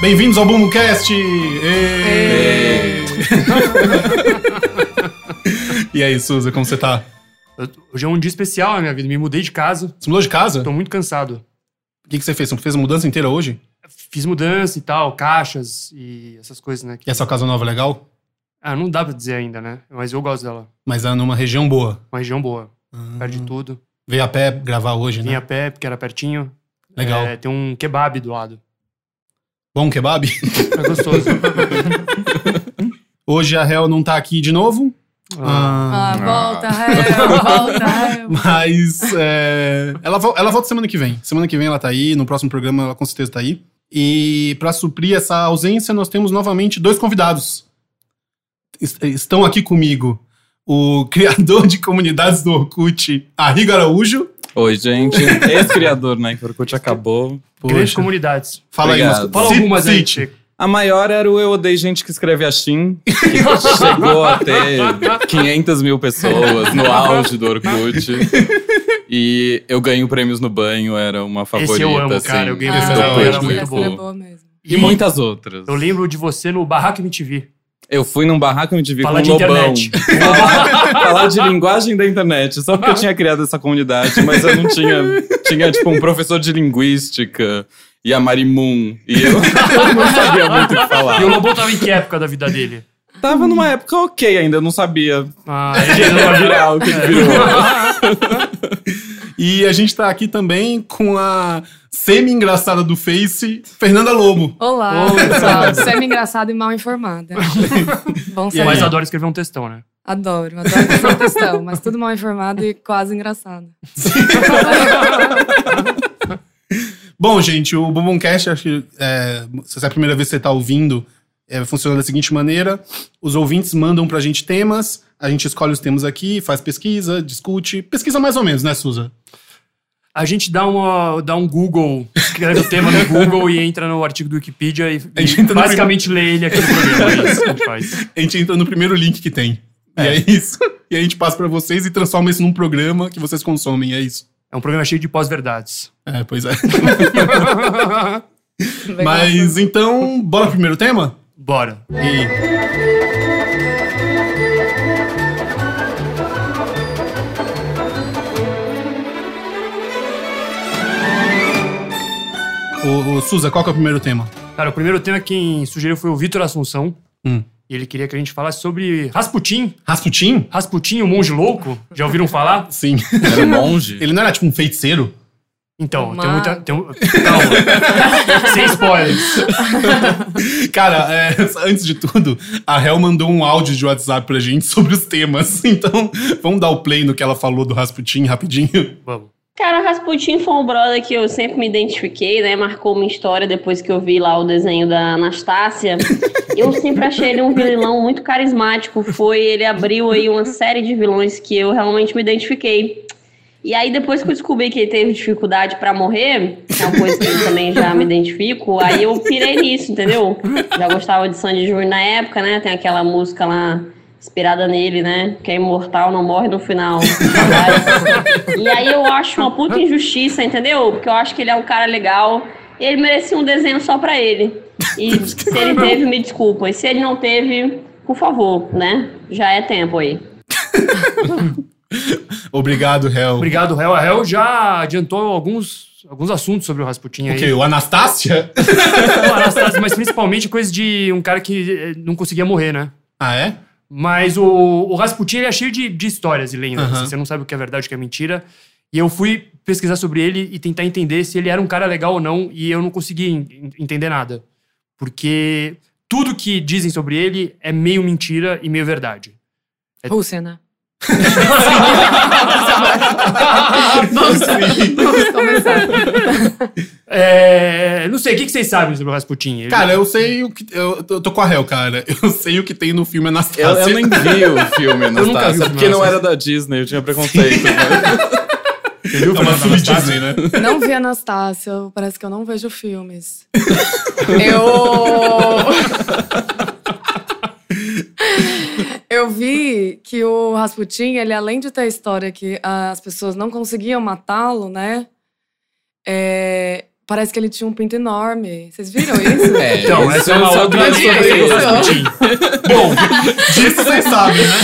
Bem-vindos ao BumoCast! e aí, Suza, como você tá? Eu- Hoje é um dia especial na minha vida. Me mudei de casa. Você mudou de casa? Tô muito cansado. O que, que você fez? Você fez a mudança inteira hoje? Fiz mudança e tal, caixas e essas coisas, né? E essa casa nova é legal? Ah, não dá pra dizer ainda, né? Mas eu gosto dela. Mas é numa região boa. Uma região boa. Ah. Perto de tudo. Veio a pé gravar hoje, Vim né? a pé, porque era pertinho. Legal. É, tem um kebab do lado. Bom kebab? É gostoso. Hoje a Hel não tá aqui de novo, Ah, Ah, Ah. volta, Rael, volta, Rael. mas é, ela, vol- ela volta semana que vem. Semana que vem ela tá aí, no próximo programa ela com certeza tá aí. E pra suprir essa ausência, nós temos novamente dois convidados. Es- Estão aqui comigo o criador de comunidades do Orkut, Arrigo Araújo. Oi, gente. Ex-criador, né? Que o Orkut acabou. grandes comunidades. fala aí, Obrigado. mas- Fala cite- algumas aí. cite. Chico. A maior era o Eu Odeio Gente Que Escreve Assim, que chegou a ter 500 mil pessoas no auge do Orkut. E Eu Ganho Prêmios no Banho era uma favorita, Esse eu amo, assim, cara. Eu ganhei do dessa Ah, novela, essa público. era muito era boa. boa mesmo. E muitas outras. Eu lembro de você no Barraco MTV. Eu fui num barraco e me tive com Falar um de lobão. internet. falar, falar de linguagem da internet. Só porque eu tinha criado essa comunidade, mas eu não tinha. Tinha, tipo, um professor de linguística e a Mari Moon. E eu não sabia muito o que E o falar. Lobão tava em que época da vida dele? Tava numa época ok ainda, eu não sabia. Ah, ele que Ele não ia virar. virar o que ele virou. E a gente tá aqui também com a semi-engraçada do Face, Fernanda Lobo. Olá, Olá. pessoal. Semi-engraçada e mal informada. Bom E aí? Mas saber. adoro escrever um textão, né? Adoro, adoro essa questão, mas tudo mal informado e quase engraçado. Bom, gente, o Buboncast, acho que é, se essa é a primeira vez que você está ouvindo, é, funciona da seguinte maneira: os ouvintes mandam pra gente temas, a gente escolhe os temas aqui, faz pesquisa, discute. Pesquisa mais ou menos, né, Suza? A gente dá, uma, dá um Google, escreve o tema no Google e entra no artigo do Wikipedia e, A gente e entra no basicamente lê ele aqui no programa. É isso que a gente faz. A gente entra no primeiro link que tem. E é isso. E a gente passa pra vocês e transforma isso num programa que vocês consomem, é isso. É um programa cheio de pós-verdades. É, pois é. Mas então, bora pro primeiro tema? Bora. E. Ô, ô, Suza, qual que é o primeiro tema? Cara, o primeiro tema quem sugeriu foi o Vitor Assunção. Hum. E ele queria que a gente falasse sobre Rasputin. Rasputin? Rasputin, o monge louco. Já ouviram falar? Sim. Era um monge. Ele não era tipo um feiticeiro? Então, Uma- tem muita... Tem, um- calma. Sem spoilers. Cara, é, antes de tudo, a Hel mandou um áudio de WhatsApp pra gente sobre os temas. Então, vamos dar o play no que ela falou do Rasputin rapidinho. Vamos. Cara, o Rasputin foi um brother que eu sempre me identifiquei, né? Marcou minha história depois que eu vi lá o desenho da Anastácia. Eu sempre achei ele um vilão muito carismático. Foi, ele abriu aí uma série de vilões que eu realmente me identifiquei. E aí, depois que eu descobri que ele teve dificuldade pra morrer, que é uma coisa que eu também já me identifico, aí eu pirei nisso, entendeu? Já gostava de Sandy Júnior na época, né? Tem aquela música lá inspirada nele, né? Que é imortal, não morre no final. E aí eu acho uma puta injustiça, entendeu? Porque eu acho que ele é um cara legal. E ele merecia um desenho só pra ele. E se ele teve, me desculpa. E se ele não teve, por favor, né? Já é tempo aí. Obrigado, Hel. Obrigado, Hel. A Hel já adiantou alguns, alguns assuntos sobre o Rasputin O aí. quê? O Anastácia? Não, Anastácio, mas principalmente coisa de um cara que eh, não conseguia morrer, né? Ah, é? Mas o, o Rasputin ele é cheio de, de histórias e lendas. Aham. assim, você não sabe o que é verdade, o que é mentira. E eu fui pesquisar sobre ele e tentar entender se ele era um cara legal ou não, e eu não consegui en- en- entender nada. Porque tudo que dizem sobre ele é meio mentira e meio verdade. Rússia, né? Sim. Vamos começar. É, não sei, o que que vocês sabem sobre o Rasputin? Ele- Cara, eu sei o que. Eu, eu tô com a réu, cara. Eu sei o que tem no filme Anastasia. Eu, eu nem vi o filme, nunca vi o Anastasia, filme, porque não Anastasia. era da Disney, eu tinha preconceito. mas- Você viu o É uma filme da sub-Disney, Anastácia? né? Não vi Anastácia, eu- parece que eu não vejo filmes. Eu. Eu vi que o Rasputin, ele além de ter a ah, história que as pessoas não conseguiam matá-lo, né? é, Parece que ele tinha um pinto enorme. Vocês viram isso? É, Então, isso essa é eu uma sabia outra sobre isso. história do Rasputin. Bom, Disso vocês sabem, né?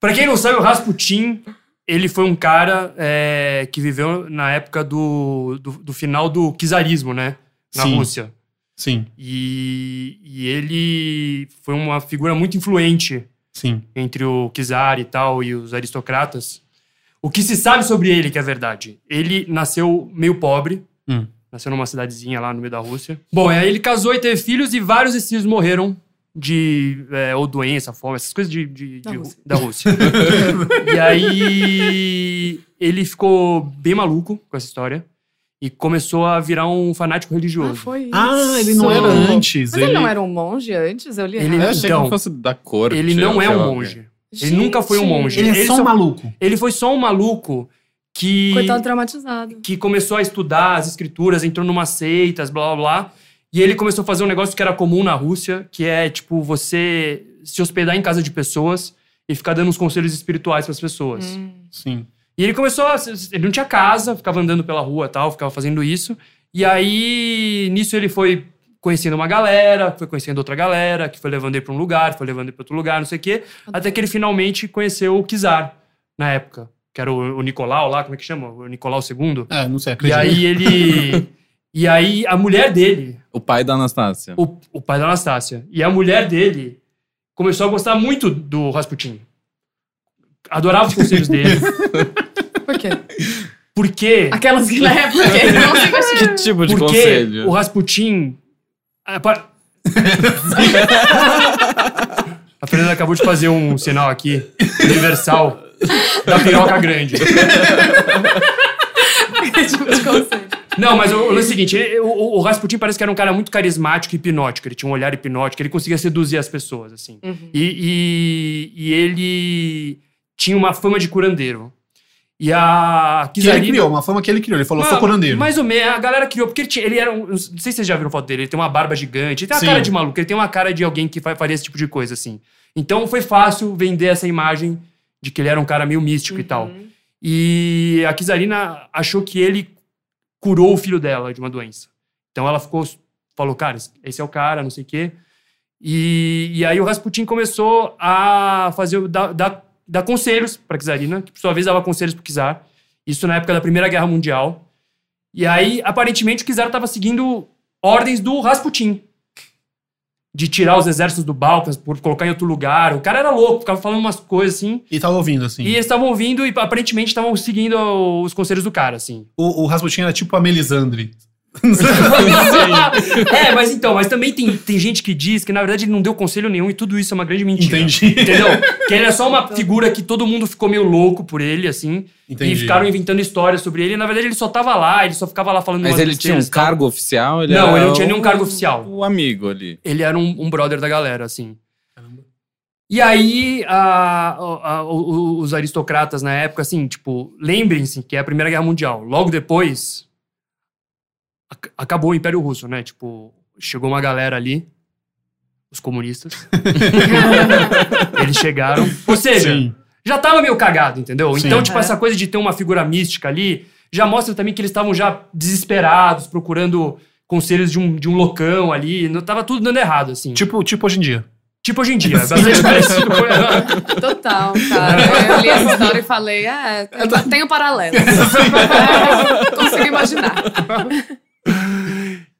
pra quem não sabe, o Rasputin, ele foi um cara é, que viveu na época do, do, do final do czarismo, né? Na Sim. Rússia. Sim, E, e ele foi uma figura muito influente sim. entre o czar e tal e os aristocratas. O que se sabe sobre ele que é verdade? Ele nasceu meio pobre, Hum. nasceu numa cidadezinha lá no meio da Rússia. Bom, aí ele casou e teve filhos e vários desses filhos morreram de é, ou doença, fome, essas coisas de, de- Da de- Rússia. da Rússia. e aí ele ficou bem maluco com essa história e começou a virar um fanático Ah, religioso. foi isso. Ah, ele não era antes. Mas ele... não era um monge antes? Eu li Ele- errado. Eu achei Então, que fosse da cor. Ele não é um monge. ele nunca foi um Gente, monge. Ele é Ele só um só- maluco. Ele foi só um maluco que Coitado traumatizado. que começou a estudar as escrituras, entrou numa seitas, blá blá blá. E ele começou a fazer um negócio que era comum na Rússia, que é tipo você se hospedar em casa de pessoas e ficar dando uns conselhos espirituais para as pessoas. Hum. Sim. E ele começou a, ele não tinha casa, ficava andando pela rua, tal, ficava fazendo isso. E aí nisso ele foi conhecendo uma galera, foi conhecendo outra galera, que foi levando ele para um lugar, foi levando ele para outro lugar, não sei o quê, até que ele finalmente conheceu o Kizar na época, que era o, o Nicolau lá, como é que chama? O Nicolau II. É, não sei, E acredito. aí ele. e aí a mulher dele, O pai da Anastácia. o, o pai da Anastácia, e a mulher dele começou a gostar muito do Rasputin. Adorava os conselhos dele. Por quê? Porque, Aquelas que na época ele não se investigou. Que tipo de É. porque conselho? o Rasputin. Ah, pa- A Fernanda acabou de fazer um sinal aqui, universal, da piroca grande. tipo de conceito. Não, mas o, o lance é o seguinte: ele- o, o- o Rasputin parece que era um cara muito carismático e hipnótico. Ele tinha um olhar hipnótico, ele conseguia seduzir as pessoas, assim. Uhum. E, e- e ele tinha uma fama de curandeiro. E a. Que ele criou, uma fama que ele criou. Ele falou, Mas- sou curandeiro. Mais ou menos, é a galera criou, porque ele, tinha- ele era um. Não sei se vocês já viram foto dele, ele tem uma barba gigante, ele tem uma Sim. cara de maluco, ele tem uma cara de alguém que fa- faria esse tipo de coisa, assim. Então foi fácil vender essa imagem de que ele era um cara meio místico e tal. Uhum. E a Kizarina achou que ele curou o filho dela de uma doença. Então ela ficou, falou, cara, esse é o cara, não sei o quê. E, e aí o Rasputin começou a fazer, o- dar, dar, dar conselhos para Kizarina, que por sua vez dava conselhos para Kizar. Isso na época da Primeira Guerra Mundial. E aí, aparentemente, o Kizar estava seguindo ordens do Rasputin. De tirar os exércitos do Balcãs, por colocar em outro lugar. O cara era louco, ficava falando umas coisas assim. E tava ouvindo, assim. E eles estavam ouvindo e aparentemente estavam seguindo os conselhos do cara, assim. O, o Rasputin era tipo a Melisandre. é, mas então, mas também tem, tem gente que diz que na verdade ele não deu conselho nenhum e tudo isso é uma grande mentira. Entendi. Entendeu? Que ele é só uma Então- figura que todo mundo ficou meio louco por ele, assim. Entendi. E ficaram inventando histórias sobre ele. E, na verdade ele só tava lá, ele só ficava lá falando Mas umas ele tinha um besteiras e tal. cargo oficial? Ele Não, era ele não tinha o- nenhum cargo oficial. O amigo ali. ele era um, um brother da galera, assim. E aí, a- a- o- o- os aristocratas na época, assim, tipo, lembrem-se que é a Primeira Guerra Mundial. Logo depois, ac- acabou o Império Russo, né? Tipo, chegou uma galera ali, os comunistas. Eles chegaram. Ou seja, Sim. já tava meio cagado, entendeu? Sim. Então, tipo, É. essa coisa de ter uma figura mística ali já mostra também que eles estavam já desesperados, procurando conselhos de um, de um loucão ali. Não, tava tudo dando errado, assim. Tipo, Tipo, tipo hoje em dia. hoje em dia, é bastante parecido. com- Total, cara. Eu li essa história e falei, é, tem, tem um paralelo. Consigo imaginar. Tá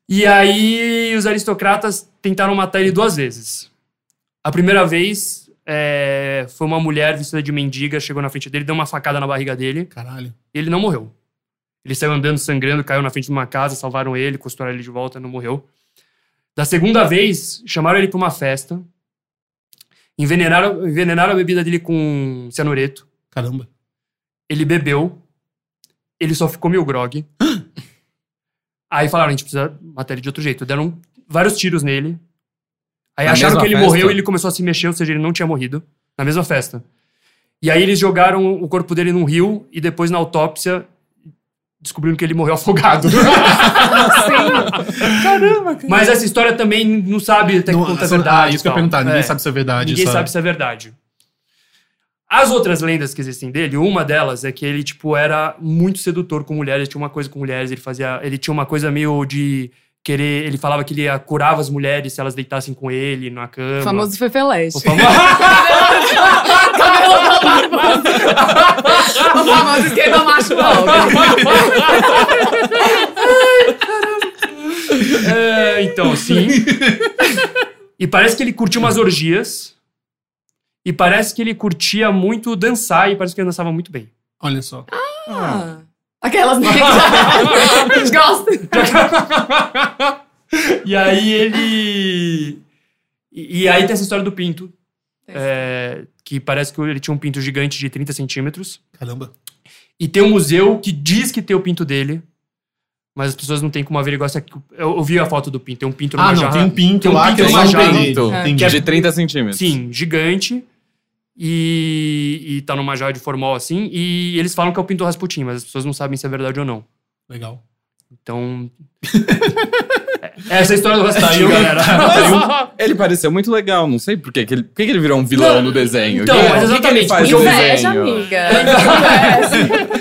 E aí, os aristocratas tentaram matar ele duas vezes. A primeira vez é, foi uma mulher vestida de mendiga, chegou na frente dele, deu uma facada na barriga dele. Caralho. e ele não morreu. Ele saiu andando sangrando, caiu na frente de uma casa, salvaram ele, costuraram ele de volta, não morreu. Da segunda vez, chamaram ele para uma festa, envenenaram, envenenaram a bebida dele com cianureto, Caramba. ele bebeu, ele só ficou meio grog. Aí falaram, a gente precisa matar ele de outro jeito. Deram vários tiros nele. Aí Na acharam mesma que ele festa? morreu e ele começou a se mexer, ou seja, ele não tinha morrido. Na mesma festa. E aí eles jogaram o corpo dele num rio e depois na autópsia descobriram que ele morreu afogado. assim? Caramba, cara. Mas essa história também não sabe até que Não, ponto é essa- verdade. ah, e É. isso que eu ia tal. perguntar. Ninguém É. sabe se é verdade. Ninguém essa- sabe se é verdade. As outras lendas que existem dele, uma delas é que ele, tipo, era muito sedutor com mulheres, tinha uma coisa com mulheres, ele fazia. Ele tinha uma coisa meio de querer. Ele falava que ele ah, curava as mulheres se elas deitassem com ele na cama. O famoso Fefeleste. O famoso- cabelo do Barbosa. O famoso esquema macho pobre. É, então, sim. E parece que ele curtia umas orgias. E parece que ele curtia muito dançar e parece que ele dançava muito bem. Olha só. Ah. Aquelas negras. Eles gostam. E aí ele. E, e aí tem essa história do pinto. Tem. é, que parece que ele tinha um pinto gigante de 30 centímetros. Caramba. E tem um museu que diz que tem o pinto dele. Mas as pessoas não têm como averiguar se é. que- Eu, eu vi a foto do pinto. Tem um pinto numa Ah, não, jarra. tem um pinto Tem um lá pinto que eles numa não jarra. perderam. É. Entendi. De 30 centímetros. Sim, gigante. E, e tá numa joia de formal assim. E eles falam que é o pinto Rasputin, mas as pessoas não sabem se é verdade ou não. Legal. Então. Essa é a história do Rasputin, Saiu- um galera. Ele pareceu muito legal, não sei por quê. que ele- Por que que ele virou um vilão Não, no desenho? então, O que- mas o que que ele exatamente, é faz no Inveja, desenho? amiga.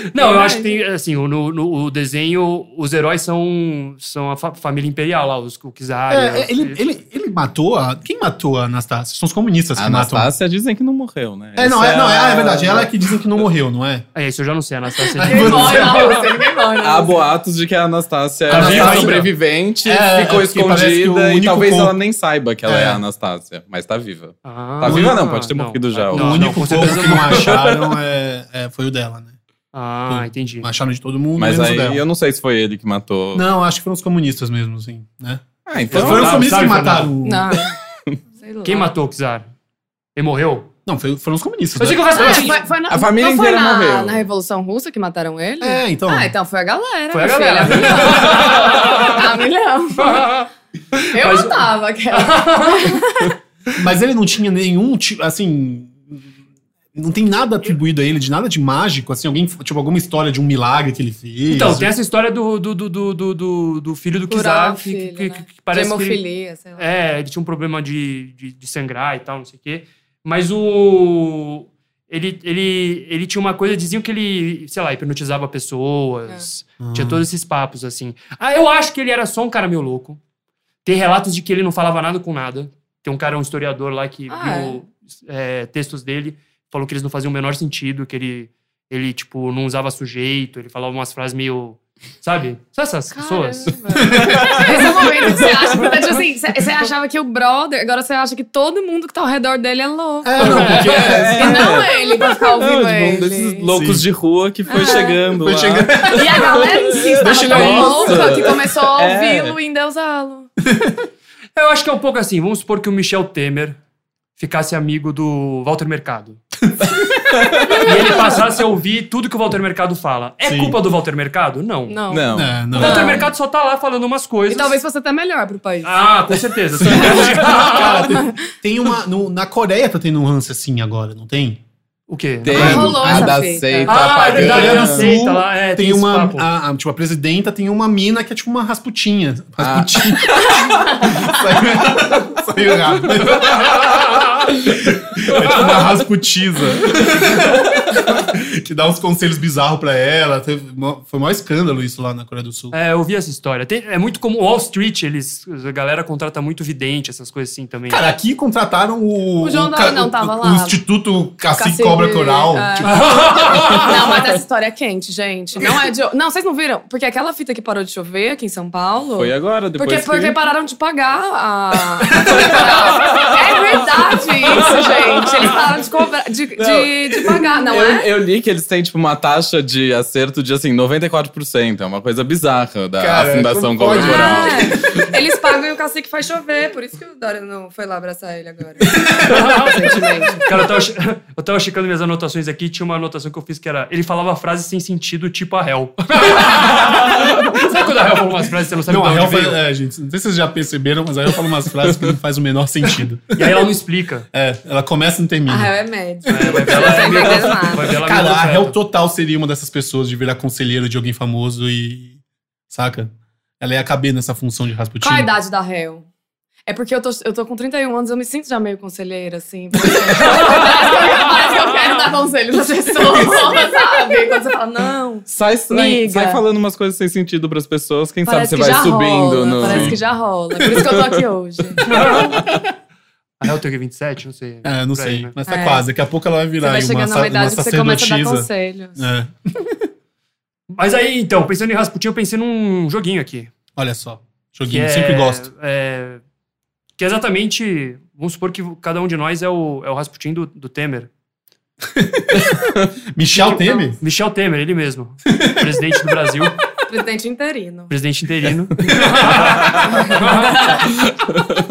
Inveja. Não, eu acho que tem, assim, o- no, no- o desenho, os heróis são, são a fa- família imperial lá, os Kukizari. É, é, ele, ele, ele matou a. Quem matou a Anastácia? São os comunistas A que matam. Anastácia dizem que não morreu, né? É, não, Essa é, não, é, a- ah, é verdade. Ela é que dizem que não morreu, não é? É isso, eu já não sei, Anastácia. Aí Ninguém você- morre na Rússia, É ninguém morre. né? na Há Rússia. boatos de que a Anastácia é A uma Anastácia- sobrevivente, É, ficou é porque parece que o escondida e único talvez corpo- ela nem saiba que ela é, É. a Anastácia, mas tá viva. Ah, Tá viva não, pode ter morrido já, Não, Ah, o o não, único com corpo certeza que não. não acharam é, é, foi o dela, né? Ah, entendi. Acharam de todo mundo, Mas menos o aí dela. eu não sei se foi ele que matou. Não, acho que foram os comunistas mesmo, assim, né? Ah, então. foram os não, comunistas sabe, que mataram. o- Não. Sei lá. Quem matou o Kizar? Ele morreu? Não, foi- foram os comunistas. Eu sei que né? o Ah, Rasputin. foi, foi na, A família não foi inteira na, morreu. na Revolução Russa que mataram ele? É, então. Ah, então foi a galera. Foi a minha galera. filha. A milhão. Eu Mas- matava aquela. Mas ele não tinha nenhum tipo, assim. Não tem nada atribuído a ele, de nada de mágico, assim, alguém, tipo, alguma história de um milagre que ele fez. Então, tem essa história do, do, do, do- do, do, do filho do Kizar, Curar o que, que- filho, que- né? que parece que ele, Hemofilia, sei lá. é, ele tinha um problema de, de, de sangrar e tal, não sei o quê. Mas o... Ele, ele, ele tinha uma coisa, diziam que ele, sei lá, hipnotizava pessoas. Ah. Tinha todos esses papos, assim. Ah, eu acho que ele era só um cara meio louco. Tem relatos de que ele não falava nada com nada. Tem um cara, um historiador lá que Ah, viu é, textos dele, falou que eles não faziam o menor sentido, que ele, ele, tipo, não usava sujeito, ele falava umas frases meio. Sabe? Sabe essas pessoas? Caramba. Esse é o momento que você acha. Porque, tipo assim, você você achava que o brother, agora você acha que todo mundo que tá ao redor dele é louco. É, não, porque. assim, E né? não é ele pra ficar É. Não, ouvindo tipo, um desses é ele. loucos Sim. de rua que foi Ah. chegando. Foi lá. chegando. E a galera em si Deixa estava ele tão aí. louca que começou a É. ouvi-lo e endeusá-lo. Eu acho que é um pouco assim. Vamos supor que o Michel Temer ficasse amigo do Walter Mercado. e ele passasse a ouvir tudo que o Walter Mercado fala. É Sim. culpa do Walter Mercado? Não. Não. Não. É, O não. Walter Não. Mercado só tá lá falando umas coisas. E talvez fosse até melhor pro país. Ah, com certeza. é. Cara, tem- tem uma. no- na Coreia tá tendo um lance assim agora, não tem? o quê? Tem Ah, rolou a Tá essa da fita. seita Ah, é pagana. verdade, Coreia eu do não sei, Sul tá lá, é, tem tem esse uma. papo. A, a- tipo, a presidenta tem uma mina que é tipo uma rasputinha. Ah. Rasputinha. Saiu- Saiu errado. É tipo uma rasputiza. que dá uns conselhos bizarros pra ela. Teve mó- foi o maior escândalo isso lá na Coreia do Sul. É, eu vi essa história. Tem- é muito como Wall Street, eles, a galera contrata muito vidente, essas coisas assim também. Cara, aqui contrataram o. O João ca- Dória não tava o- lá. O Instituto Cacique, Cacique, Cobra Coral. é. tipo, Não, mas essa história é quente, gente. Não é de. Não, vocês não viram? Porque aquela fita que parou de chover aqui em São Paulo. Foi agora, depois Porque, é que... porque pararam de pagar a. é verdade isso, gente. Eles pararam de, cobrar, de, de, de pagar, não eu, é? eu li que eles têm, tipo, uma taxa de acerto de, assim, 94%. É uma coisa bizarra da Cara, Fundação como pode? Colaboral. É. Eles pagam e o cacique faz chover. Por isso que o Dória não foi lá abraçar ele agora. Recentemente. Cara, eu tava, che- eu tava checando minhas anotações aqui tinha uma anotação que eu fiz que era. Ele falava frases sem sentido, tipo a Hel. sabe quando a Hel falou umas frases que você não Não, sabe a de real onde foi. veio? É, gente, não sei se vocês já perceberam, mas a real fala umas frases que não faz o menor sentido. E aí ela não explica. É, ela começa e não A termina. Real é médio. É, vai ver Não ela tá é meio- entendendo nada. vai ver ela é meio Cara, a profeta. real total seria uma dessas pessoas de virar conselheiro de alguém famoso e. Saca? Ela ia caber nessa função de Rasputin. Qual a idade da Hel? É porque eu tô, eu tô com 31 anos, eu me sinto já meio conselheira, assim. porque- Parece que eu quero dar conselho pra pessoas, sabe? Quando você fala, não. Sai, sai, Miga. sai falando umas coisas sem sentido pras pessoas, quem parece sabe você que já vai subindo rola, no. Parece que já rola. Por isso que eu tô aqui hoje. Ah, é o teu que 27? Não sei. É, não Por aí, sei, né? mas tá É. quase. Daqui a pouco ela vai Você virar vai aí uma, chegando sa- numa idade uma que você começa a dar sacerdotisa. conselhos. É, Mas aí, então, pensando em Rasputin, eu pensei num joguinho aqui. olha só. Que Joguinho, é- sempre gosto. é- que é exatamente. Vamos supor que cada um de nós é o, é o Rasputin do, do Temer. Michel Temer? Michel Temer, ele mesmo. presidente do Brasil, É. Presidente interino. presidente interino.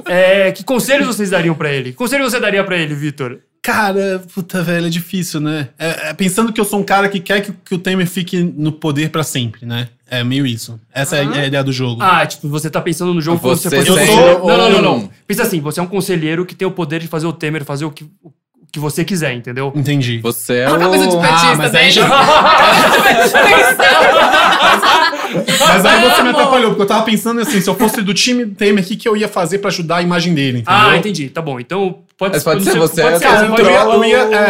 É, que conselhos vocês dariam pra ele? Que conselho você daria pra ele, Vitor? Cara, puta velho, é difícil, né? É, é pensando que eu sou um cara que quer que, que o Temer fique no poder pra sempre, né? É meio isso. Essa é a- Aham. é a ideia do jogo. Ah, tipo, você tá pensando no jogo como se Você é fosse- sendo Eu sou- Não, não, não, um- não. Pensa assim, você é um conselheiro que tem o poder de fazer o Temer fazer o que, o que você quiser, entendeu? Entendi. Você é Uma cabeça de o. Ah, petista, mas né? aí já- Mas aí você me Amo. atrapalhou, porque eu tava pensando assim, se eu fosse do time Temer, o que, que eu ia fazer pra ajudar a imagem dele, entendeu? Ah, entendi. Tá bom. Então pode, Mas não pode ser sei- você, um Pode ser, você você Cara, pode- eu ia, eu ia- controla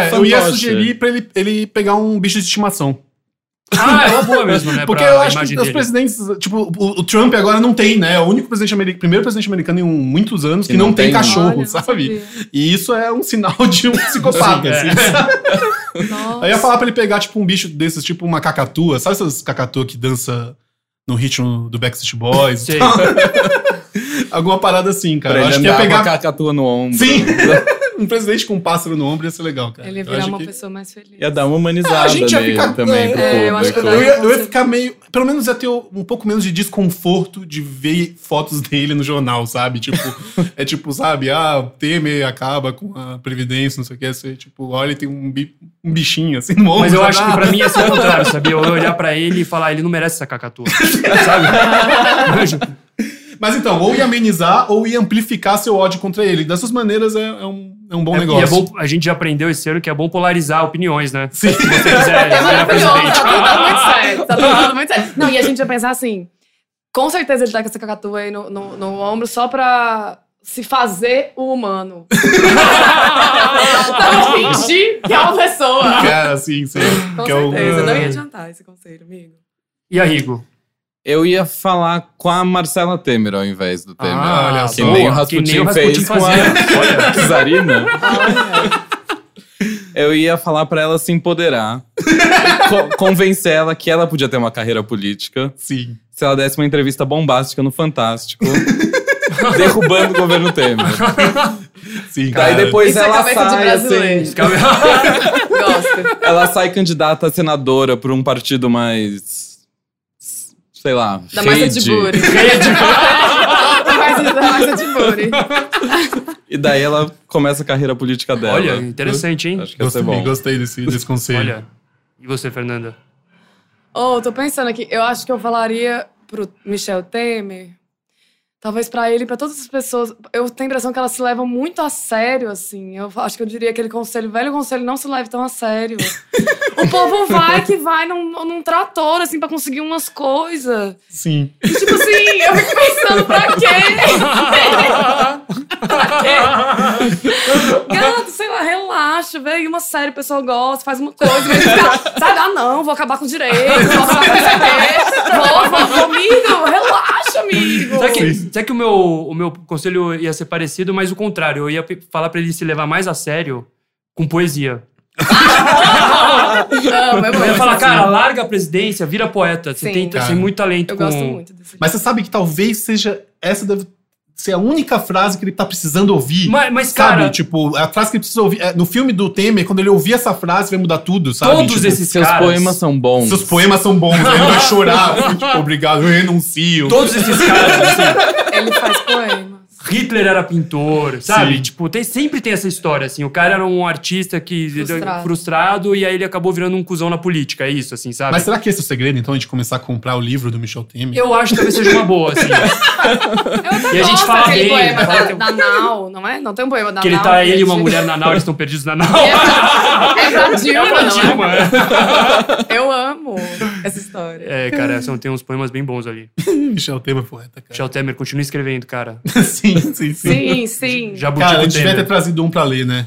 é, o eu ia fantoche. sugerir pra ele, ele pegar um bicho de estimação. Ah, é uma boa mesmo, né? Porque pra eu acho que imagem os dele. presidentes, tipo, o, o Trump agora não tem, né? É o único presidente americano, primeiro presidente americano em um- muitos anos que, não, tem, né? cachorro, Olha, não sabe? sabia. E isso é um sinal de um psicopata, Sim, é. assim. sabe? Nossa. Eu ia falar pra ele pegar, tipo, um bicho desses, tipo uma cacatua. Sabe essas cacatua que dança no ritmo do Backstreet Boys? Sei. Alguma parada assim, cara. Pra eu ele acho que ia andar pegar com a cacatua no ombro. Sim. um presidente com um pássaro no ombro ia ser legal, cara. Ele Eu virar acho uma que- pessoa mais feliz. Ia dar uma humanizada A gente ia nele ficar- também pro É, eu acho que público. eu Eu ia, eu ia Você- ficar meio. Pelo menos ia ter um pouco menos de desconforto de ver fotos dele no jornal, sabe? Tipo, é tipo, sabe, ah, o Temer acaba com a Previdência, não sei o que. Assim, tipo, olha, tem um, bi- um bichinho assim no ombro. Mas eu acho sabe? que pra mim ia ser o contrário, sabia? Eu ia olhar pra ele e falar, ele não merece essa cacatua. Sabe? Manjo? Mas então, ou ia amenizar ou ia amplificar seu ódio contra ele. Dessas maneiras é, é um, é um bom É- negócio. E é bom, a gente já aprendeu esse ano que é bom polarizar opiniões, né? Sim. Se você quiser É virar maravilhoso, presidente. tá tudo muito certo. Tá tudo muito certo. Não, e a gente ia pensar assim: com certeza ele tá com essa cacatua aí no, no, no ombro só pra se fazer o humano. só pra fingir que é uma pessoa. Cara, assim, sim. Com que é o- certeza. Não ia adiantar esse conselho, amigo. E a Rigo? Eu ia falar com a Marcela Temer ao invés do Temer. Ah, olha que, só. nem o Boa, que Rasputin nem o Rasputin fez com fazia. a Czarina. Olha. Eu ia falar pra ela se empoderar. co- convencer ela que ela podia ter uma carreira política. Sim. Se ela desse uma entrevista bombástica no Fantástico. derrubando o governo Temer. Sim, Daí depois Isso é ela cabeça de sai, brasileiro. assim, Gosto. ela sai candidata a senadora por um partido mais. sei lá. Da massa de shade. buri. Da massa- da massa de buri. E daí ela começa a carreira política dela. Olha, interessante, hein? É, Acho que ia Gostei, ser bom. gostei desse, desse conselho. Olha. E você, Fernanda? Oh, tô pensando aqui. Eu acho que eu falaria pro Michel Temer. Talvez pra ele, e pra todas as pessoas. Eu tenho a impressão que elas se levam muito a sério, assim. Eu acho que eu diria aquele conselho, velho conselho, não se leve tão a sério. o povo vai que vai num, num trator, assim, pra conseguir umas coisas. Sim. E, tipo assim, eu fico pensando, pra quê? pra quê? Gato, sei lá, relaxa, velho. Uma série, o pessoal gosta, faz uma coisa. Mas fica, sabe, ah não, vou acabar com o direito, vou acabar com o vou, vou, vou, amigo, relaxa, amigo. Será que, será que o, meu, o meu conselho ia ser parecido, mas o contrário? Eu ia pe- falar pra ele se levar mais a sério com poesia. Não, eu Eu ia gosto, falar, assim. cara, larga a presidência, vira poeta. Você Sim. tem, você Cara, tem muito talento Eu com... gosto muito desse Mas você sabe que talvez seja. Essa deve ser a única frase que ele tá precisando ouvir. Mas, mas, sabe? cara, Tipo, a frase que ele precisa ouvir. é, No filme do Temer, quando ele ouvir essa frase, vai mudar tudo, sabe? todos Tipo, esses Seus caras... poemas são bons. Seus poemas são bons, ele vai chorar. assim, tipo, obrigado, eu renuncio. Todos esses caras, assim, Ele faz poemas. Hitler era pintor, sabe? Sim. Tipo, tem, sempre tem essa história, assim. O cara era um artista que Frustrado. frustrado e aí ele acabou virando um cuzão na política, é isso, assim, sabe? Mas será que esse é o segredo, então, de começar a comprar o livro do Michel Temer? Eu acho que talvez seja uma boa, assim. Eu até E a gente gosto fala bem, daquele poema fala da, que- da Nau, não é? Não tem um poema da que ele Nau, tá, ele e uma gente. mulher na nau, eles estão perdidos na nau. É pra, é pra Dilma, É uma não é? Dilma. Eu amo esses história. É, cara, são, tem uns poemas bem bons ali. Michel Temer poeta, cara. Michel Temer, continua escrevendo, cara. sim, sim, sim. Sim, sim. Jabuti Cara, a gente devia Temer. ter trazido um pra ler, né?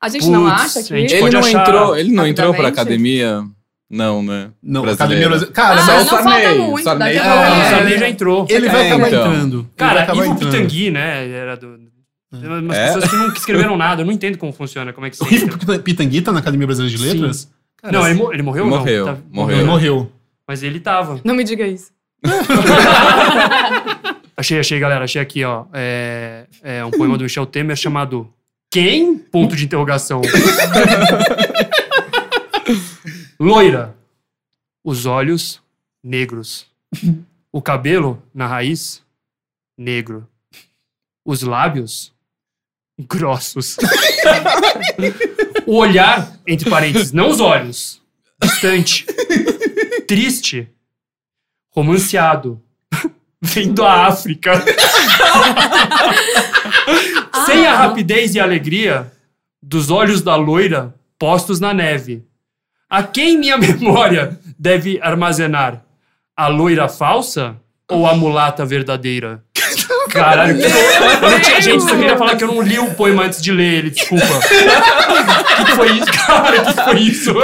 A gente não Putz, acha que. a gente Ele pode não achar entrou, ele não entrou pra rapidamente. academia? Não, né? Não, Academia Brasileira. Brasileira. Ah, Cara, só mas o não falta Sarney. muito. Sarney Daqui a é- pouco Ah, o ele É, Sarney é. já entrou. ele vai É, acabar então. entrando. Ele vai Cara, acabar Ivo entrando. Hum. Pitangui, né? Era do. Umas É? pessoas que não que escreveram nada, eu não entendo como funciona, como é que O Ivo se. Pita- Pitangui tá na Academia Brasileira de Sim. Letras? Cara, Não, ele, mo- ele morreu ou não? Morreu, Tá- morreu. ele morreu. Mas ele tava. Não me diga isso. Achei, achei, galera. Achei aqui, ó. É, é um poema do Michel Temer chamado Quem? Ponto de interrogação. Loira. Os olhos negros. O cabelo na raiz negro. Os lábios grossos. O olhar, entre parênteses, não os olhos. Distante. Triste. Romanceado vem da África. Sem a rapidez e alegria dos olhos da loira postos na neve. A quem minha memória deve armazenar? A loira falsa ou a mulata verdadeira? Caralho, que... eu tinha gente só queria falar que eu não li o poema antes de ler ele, desculpa. O que foi isso? Cara, o que foi isso?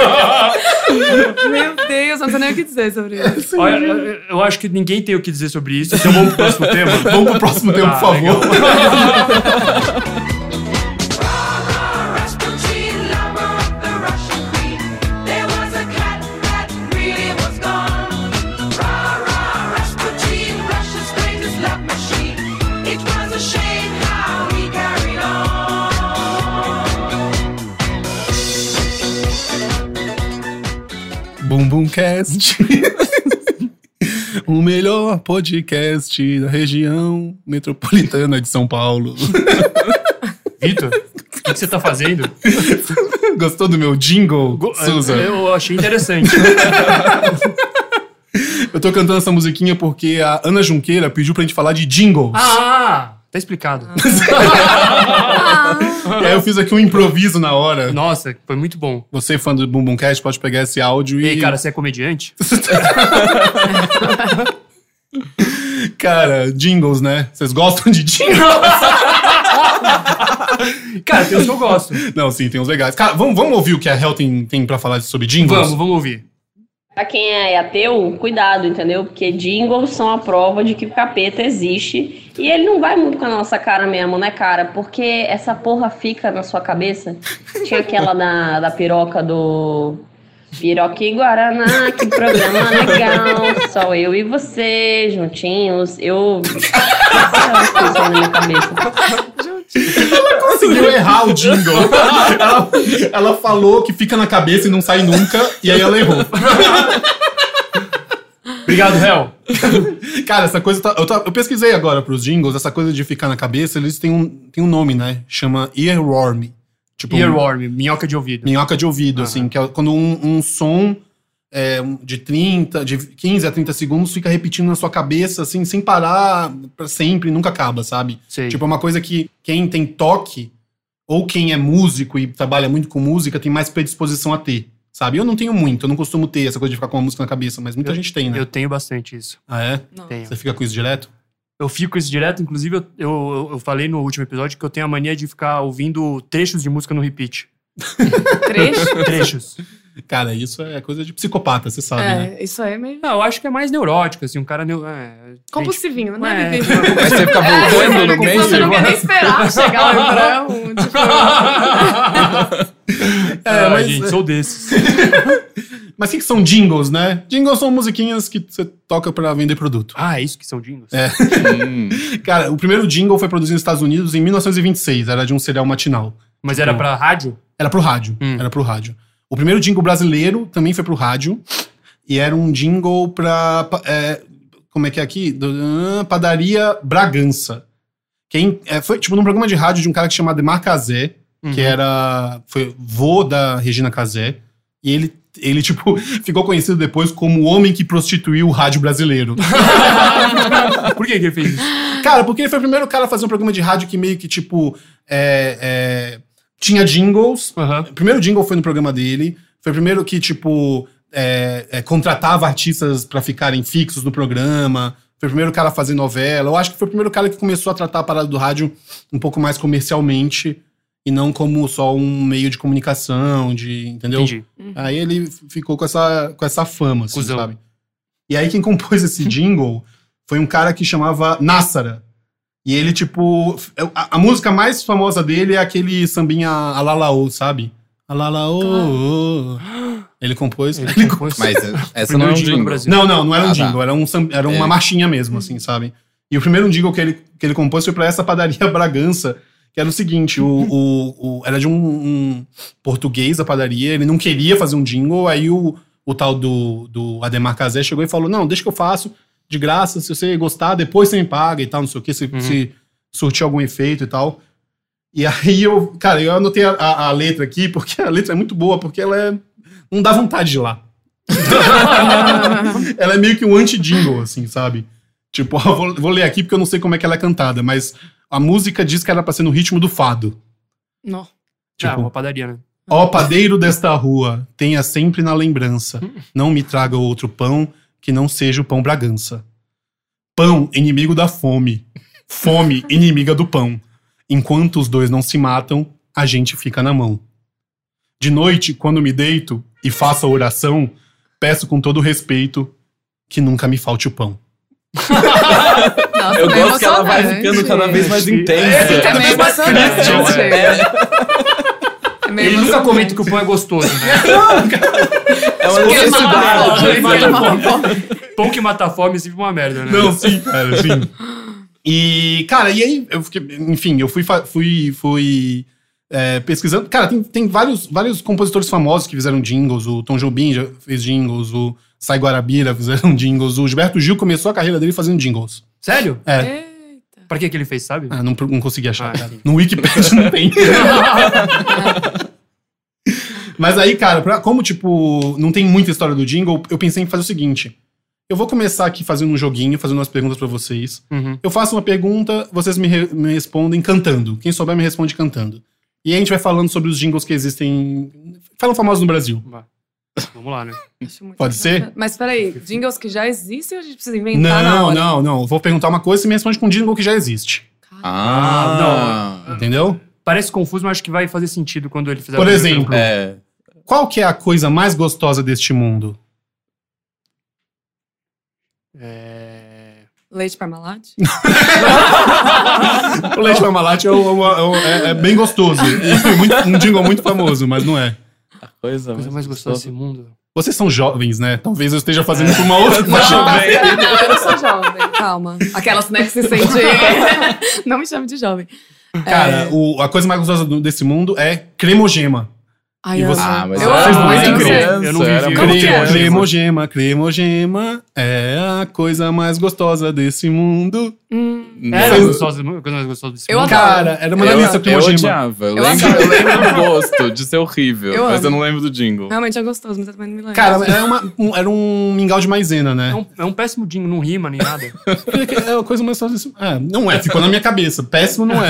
Meu Deus, eu não sei nem o que dizer sobre isso. Olha, eu- eu acho que ninguém tem o que dizer sobre isso, então vamos pro próximo tema. Vamos pro próximo tempo, Tá, por favor. It was a shame how he carried on. Bum Bum Cast. o melhor podcast da região metropolitana de São Paulo. Vitor, o que, que você tá fazendo? Gostou do meu jingle, Go- eh, é, Susan? Eu... Eu achei interessante. tô cantando essa musiquinha porque a Ana Junqueira pediu pra gente falar de jingles. Ah, tá explicado. E aí eu fiz aqui um improviso na hora. Nossa, foi muito bom. Você, fã do Bum Bum Cast, pode pegar esse áudio E e... aí, cara, você é comediante? Cara, jingles, né? Vocês gostam de jingles? Cara, tem uns que eu gosto. Não, sim, tem uns legais. Cara, vamos, vamos ouvir o que a Hel tem, tem pra falar sobre jingles? Vamos, vamos ouvir. Pra quem é ateu, cuidado, entendeu? Porque jingles são a prova de que o capeta existe. E ele não vai muito com a nossa cara mesmo, né, cara? Porque essa porra fica na sua cabeça. Tinha aquela da, da piroca do. Piroca e Guaraná, que programa legal. Só eu e você, juntinhos. Eu. Isso na minha cabeça. conseguiu errar o jingle. Ela, ela falou que fica na cabeça e não sai nunca, e aí ela errou. Obrigado, Hel. Cara, essa coisa. tá- eu, tá- eu pesquisei agora pros jingles, essa coisa de ficar na cabeça, eles têm um, têm um nome, né? Chama earworm. Tipo, Earworm, minhoca de ouvido. minhoca de ouvido, assim, que é quando um, um som é, um- de 30, de 15 a 30 segundos fica repetindo na sua cabeça, assim, sem parar pra sempre, nunca acaba, sabe? Sei. Tipo, é uma coisa que quem tem toque ou quem é músico e trabalha muito com música tem mais predisposição a ter, sabe? Eu não tenho muito, eu não costumo ter essa coisa de ficar com uma música na cabeça, mas muita gente tem, né? eu tenho bastante isso. Ah, é? Não. Tenho. Você fica com isso direto? Eu fico isso direto, inclusive eu, eu, eu falei no último episódio que eu tenho a mania de ficar ouvindo trechos de música no repeat. Trecho? Trechos. Cara, isso é coisa de psicopata, você sabe, né? É, isso aí é meio. Não, eu acho que é mais neurótico, assim, um cara... Neu... É, gente, Compulsivinho, É. né? Bibi? Aí você fica É, voltando no compulsivo, Você não meio. quer nem esperar chegar o Abrão. Tipo, É, ah, mas- gente, sou desses. Mas o que, que são jingles, né? Jingles são musiquinhas que você toca pra vender produto. Ah, é isso que são jingles? É. Hum. Cara, o primeiro jingle foi produzido nos Estados Unidos em 1926, era de um serial matinal. Mas era pra rádio? Era pro rádio. Hum. Era pro rádio. O primeiro jingle brasileiro também foi pro rádio. E era um jingle pra. pa- é, como é que é aqui? Do- Padaria Bragança. Quem, é, foi tipo num programa de rádio de um cara que se chamava Demar Cazé, que era. Foi vô da Regina Cazé. E ele, ele, tipo, ficou conhecido depois como o homem que prostituiu o rádio brasileiro. Por que, que ele fez isso? Cara, porque ele foi o primeiro cara a fazer um programa de rádio que meio que, tipo, é, é, tinha jingles, Aham. o primeiro jingle foi no programa dele. Foi o primeiro que, tipo, é, é, contratava artistas pra ficarem fixos no programa. Foi o primeiro cara a fazer novela. Eu acho que foi o primeiro cara que começou a tratar a parada do rádio um pouco mais comercialmente e não como só um meio de comunicação, de, entendeu? Entendi. Aí ele ficou com essa, com essa fama, assim, Cusão. sabe? E aí quem compôs esse jingle foi um cara que chamava Nassara. E ele, tipo... é- A, a música mais famosa dele é aquele sambinha Alalaô, sabe? Alalaô. Ele compôs... Ele compôs- Mas é- essa não Primeiro é jingle do um jingle. Brasil. Não, não, não era um Ah, tá. jingle. Era, um, sam- era uma É. marchinha mesmo, assim, sabe? E o primeiro jingle que ele, que ele compôs foi pra essa padaria Bragança, que era o seguinte: o, o- o- era de um, um português a padaria, ele não queria fazer um jingle, aí o, o tal do, do Ademar Cazé chegou e falou: Não, deixa que eu faço, de graça, se você gostar, depois você me paga e tal, não sei o quê, se, Uhum. se surtir algum efeito e tal. E aí eu, cara, eu anotei a, a- a letra aqui, porque a letra é muito boa, porque ela é. Não dá vontade de ir lá. ela é meio que um anti-jingle, assim, sabe? Tipo, ó, vou, vou ler aqui porque eu não sei como é que ela é cantada, mas a música diz que era pra ser no ritmo do fado. Não. Ah, uma Tipo, padaria, né? ó padeiro desta rua, tenha sempre na lembrança, não me traga outro pão que não seja o pão Bragança. Pão, inimigo da fome. Fome, inimiga do pão. Enquanto os dois não se matam, a gente fica na mão. De noite, quando me deito e faço a oração, peço com todo respeito que nunca me falte o pão. Nossa, Eu tá gosto que ela vai emocionante. ficando cada vez mais Gente. intensa. É meio emocionante. É meio Ele nunca emocionante. comenta que o pão é gostoso, né? É uma Porque ele necessidade. mata a fome, ele porque ele mata mata a fome. Pão que mata a fome é sempre uma merda, né? Não, sim, cara, sim. E, cara, e aí, eu fiquei, enfim, eu fui, fa- fui, fui é, pesquisando. Cara, tem, tem vários, vários compositores famosos que fizeram jingles. O Tom Jobim já fez jingles, o Sai Guarabira fizeram jingles. O Gilberto Gil começou a carreira dele fazendo jingles. Sério? É. Eita. Pra que que ele fez, sabe? É. Ah, não, pro- não consegui achar. Ah, cara. sim. No Wikipedia não tem. Mas aí, cara, pra- como, tipo, não tem muita história do jingle, eu pensei em fazer o seguinte. Eu vou começar aqui fazendo um joguinho, fazendo umas perguntas pra vocês. Uhum. Eu faço uma pergunta, vocês me, re- me respondem cantando. Quem souber me responde cantando. E aí a gente vai falando sobre os jingles que existem. Falam famosos no Brasil. Vai. Vamos lá, né? Acho muito Pode ser? engraçado. Mas peraí, jingles que já existem ou a gente precisa inventar tá na Não, hora? não, não. Vou perguntar uma coisa e você me responde com um jingle que já existe. Ah, não. Entendeu? Parece confuso, mas acho que vai fazer sentido quando ele fizer... Por o exemplo. É. Qual que é a coisa mais gostosa deste mundo? É... Leite Parmalat? O leite Parmalat é, o- é o- é o- é- é bem gostoso. É muito- um jingle muito famoso, mas não é. Coisa, Coisa mais gostosa desse mundo. Vocês são jovens, né? Talvez eu esteja fazendo com uma outra. é. Não, eu não sou jovem, calma. Aquelas né, que se sente. não me chame de jovem. É, Cara, o- a coisa mais gostosa do- desse mundo é cremogema. Ai, E você- é amo. Ah, mas eu era amo, mas muito eu não sei. criança, Eu não vivi era isso. muito Como que é? Cremo- criança. Cremogema, cremogema é a coisa mais gostosa desse mundo. Hum, Era Não. gostosa, a coisa mais gostosa desse Eu mundo. adoro. Cara, era uma eu, delícia o eu cremogema. odiava. Eu Eu lembro, eu lembro do gosto de ser horrível, Eu mas amo. eu não lembro do jingle. realmente é gostoso, mas eu também não me lembro. Cara, era, uma- um, era um mingau de maisena, É né? um, é um péssimo jingle, não rima nem nada. É a coisa mais gostosa desse mundo. É, não é, ficou na minha cabeça. Péssimo não é.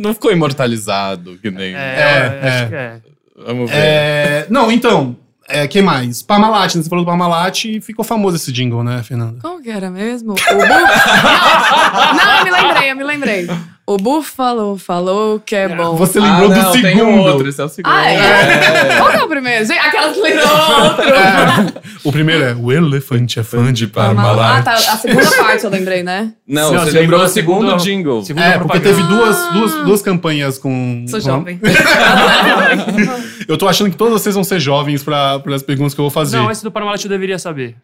Não ficou imortalizado, que nem. É, É, acho que é. Vamos ver. É, não, então, é, que mais? Parmalat, né? você falou do Parmalat e ficou famoso esse jingle, né, Fernanda? Como que era mesmo? O bu... não, não, eu me lembrei, eu me lembrei. O Buffalo falou que é bom. Você Ah, lembrou não, do tem segundo. um outro, esse é o segundo. Ah, é? É. Qual que é o primeiro? Gente, aquelas que lembrou outro. O primeiro é O Elefante é fã de Ah, Parmalat. tá. A segunda parte eu lembrei, né? Não, Não, você, você lembrou lembrou o da segunda- segundo jingle. Segunda É, porque teve propaganda. duas, duas, duas campanhas com. Sou com- jovem. Eu tô achando que todos vocês vão ser jovens para as perguntas que eu vou fazer. Não, esse do Parmalat eu deveria saber.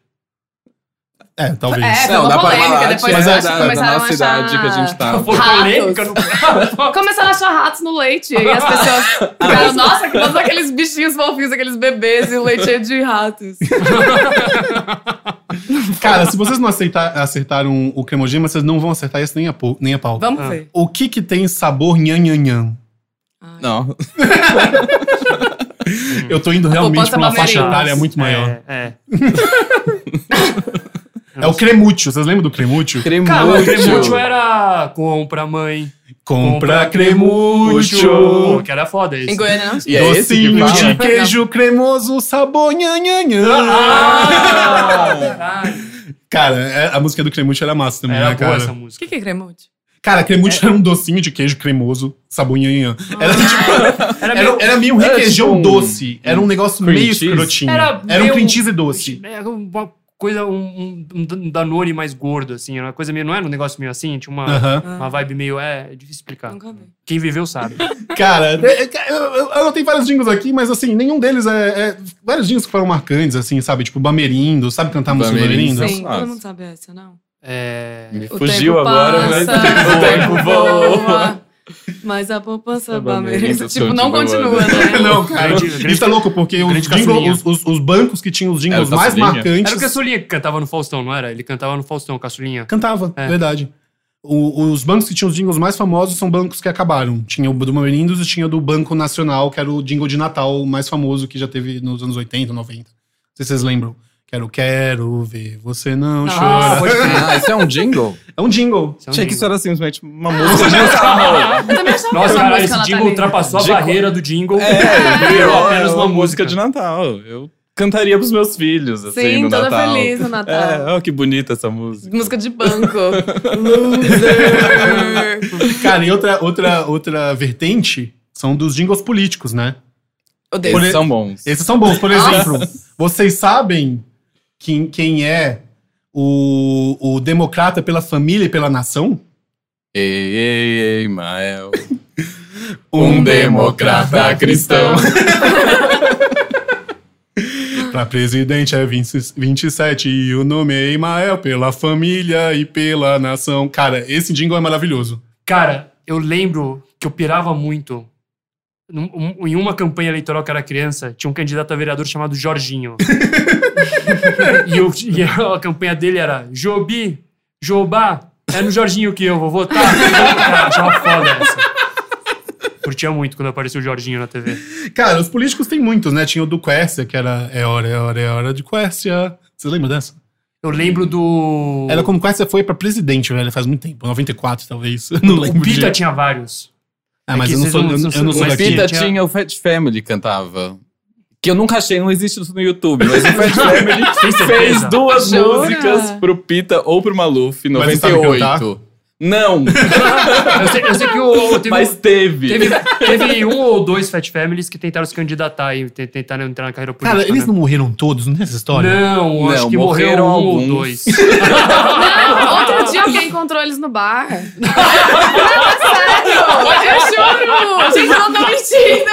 É, talvez. É, foi Não, uma dá pra polêmica. falar, Depois mas eu é acho que da, da começaram a nossa achar... idade que a gente tá. tava. Foi Ah, Ratos. polêmica no Começaram a achar ratos no leite. E as pessoas Ah, ficaram, nossa, que todos aqueles bichinhos fofinhos, aqueles bebês e o leite é de ratos. Cara, se vocês não aceitar, acertaram o cremogema, vocês não vão acertar isso nem a, pou- nem a pau. Vamos Ah. ver. O que que tem sabor nhanhanhã? Ai. Não. Eu tô indo realmente poupança pra uma faixa palmeirense. etária muito maior. É, é. É, o cremútil, vocês lembram do cremútil? Cremútil. é Cara, mas o Cremútil era compra mãe, Compra Pô, cremucho. que era foda Em isso. Goiânia, não? E é esse que docinho fala? de queijo cremoso, sabor nhanhanhã. Ah, caralho. Cara, é- a música do cremucho era massa também, Era né, boa cara? essa O música. que, que é cremute? Cara, cremucho É. era um docinho de queijo cremoso, sabor nhanhanhã. Era tipo... é Era Era, meio... era meio Era requeijão tipo um- doce. Era um negócio cream meio cheese? escrotinho. Era Era, um meio- cream cheese doce. né? Era uma coisa, um, um- um Danone mais gordo, assim. Era uma coisa meio... Não era um negócio meio assim? Tinha Ah. uma, Aham. uma vibe meio... É, é difícil explicar. Nunca vi. Quem viveu sabe. Cara, é- é- eu, eu, eu anotei vários jingles aqui, mas assim, nenhum deles é, é- Vários jingles que foram marcantes, assim, sabe? Tipo, Bamerindo, sabe cantar a música do Bamerindo. Bamerindo? Não, Sim, nossa. todo mundo sabe essa, não? É... Me O fugiu tempo agora, mas passa, o tempo voa. Mas a poupança A Bamerinda Bamerinda, tipo, não continua, continua, né? Não, cara, Grande- grande- isso é louco, porque os, grande jingles- caçulinha. os, os- os bancos que tinham os jingles Era o mais caçulinha. marcantes. Era o Caçulinha que cantava no Faustão, não era? Ele cantava no Faustão, Caçulinha. Cantava, É. verdade. O- os bancos que tinham os jingles mais famosos são bancos que acabaram. Tinha o do Bamerindos e tinha o do Banco Nacional, que era o jingle de Natal mais famoso que já teve nos anos 80, 90. Não sei se vocês lembram. Quero, quero ver, você não Nossa. chora. pode crer. Ah, isso é um jingle? É um jingle. Isso é um Achei que jingle. isso era simplesmente uma música de Natal. Eu também Nossa, achava que era uma cara, música esse jingle natalina. ultrapassou a Jingle. barreira do jingle. É, virou apenas uma música. de Natal. Eu cantaria pros meus filhos, assim, Sim, no toda Natal. feliz no É, Natal. olha que bonita essa música. Música de banco. Loser. Cara, e outra, outra, outra vertente são dos jingles políticos, né? Odeio. Eles são bons. Esses são bons. Por exemplo, vocês sabem quem, quem é o, o democrata pela família e pela nação? Ei, ei, ei, Mael. Um democrata cristão. Pra presidente é 20, 27 e o nome é Imael pela família e pela nação. Cara, esse jingle é maravilhoso. Cara, eu lembro que eu pirava muito. Num- um- Em uma campanha eleitoral que eu era criança, tinha um candidato a vereador chamado Jorginho. e, eu- e a campanha dele era Jobi, Jobá, é no Jorginho que eu vou votar. Cara, achava foda essa. Curtia muito quando apareceu o Jorginho na TV. Cara, os políticos têm muitos, né? Tinha o do Quércia, que era É hora, é hora, é hora de Quércia. Você lembra dessa? Eu lembro do. Era quando Quércia foi pra presidente, velho, faz muito tempo. 94, talvez. Eu não lembro. O Pita direito. tinha vários. Ah, mas é que eu não vocês sou, não- eu, não- eu não sou O Mas daqui. Pita tinha- tinha o Fat Family cantava. Que eu nunca achei, não existe isso no YouTube, mas o Fat Family Tem fez certeza? duas Jura? músicas pro Pita ou pro Maluf em Mas você sabe 98. Não, Eu sei, eu sei que o, teve, mas teve. Tipo, teve, teve um ou dois Fat Families que tentaram se candidatar e te- tentaram entrar na carreira política. Cara, eles né? não morreram todos, não tem essa história? Não, acho Não, que morreram, morreram um ou alguns. dois. Não, outro dia alguém encontrou eles no bar. Não, é sério. Eu juro. Gente, eu não tô mentindo.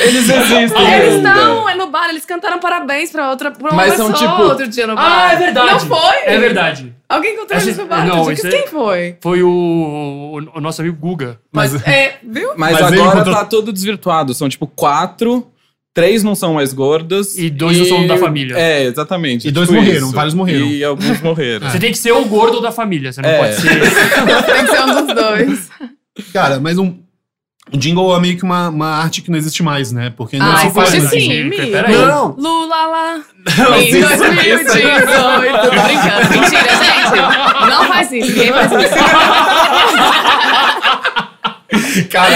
Eles é existem. Eles ainda. estão é no bar. Eles cantaram parabéns pra outra pra uma Mas são pessoa tipo- outro dia no bar. ah, é verdade. Não foi? É verdade. Alguém encontrou Essa- eles no bar. não, outro dia. isso é- Quem foi? Foi o, o, o nosso amigo Guga. Mas, é, viu? Mas, Mas ele agora encontrou- tá todo desvirtuado. São tipo quatro, três não são mais gordas. E dois não são da família. É, exatamente. E dois tipo morreram, vários morreram. E alguns morreram. Você tem que ser o gordo ou da família, você não É. pode ser. Tem que ser um dos dois. Cara, mas um. O jingle é meio que uma, uma arte que não existe mais, né? Porque não Ah, se existe faz mais sim. jingle. Peraí. Não! Lula lá. Não, Em isso- 2018. isso- Tô brincando. Mentira, gente. Não faz isso. Ninguém faz isso. Cara,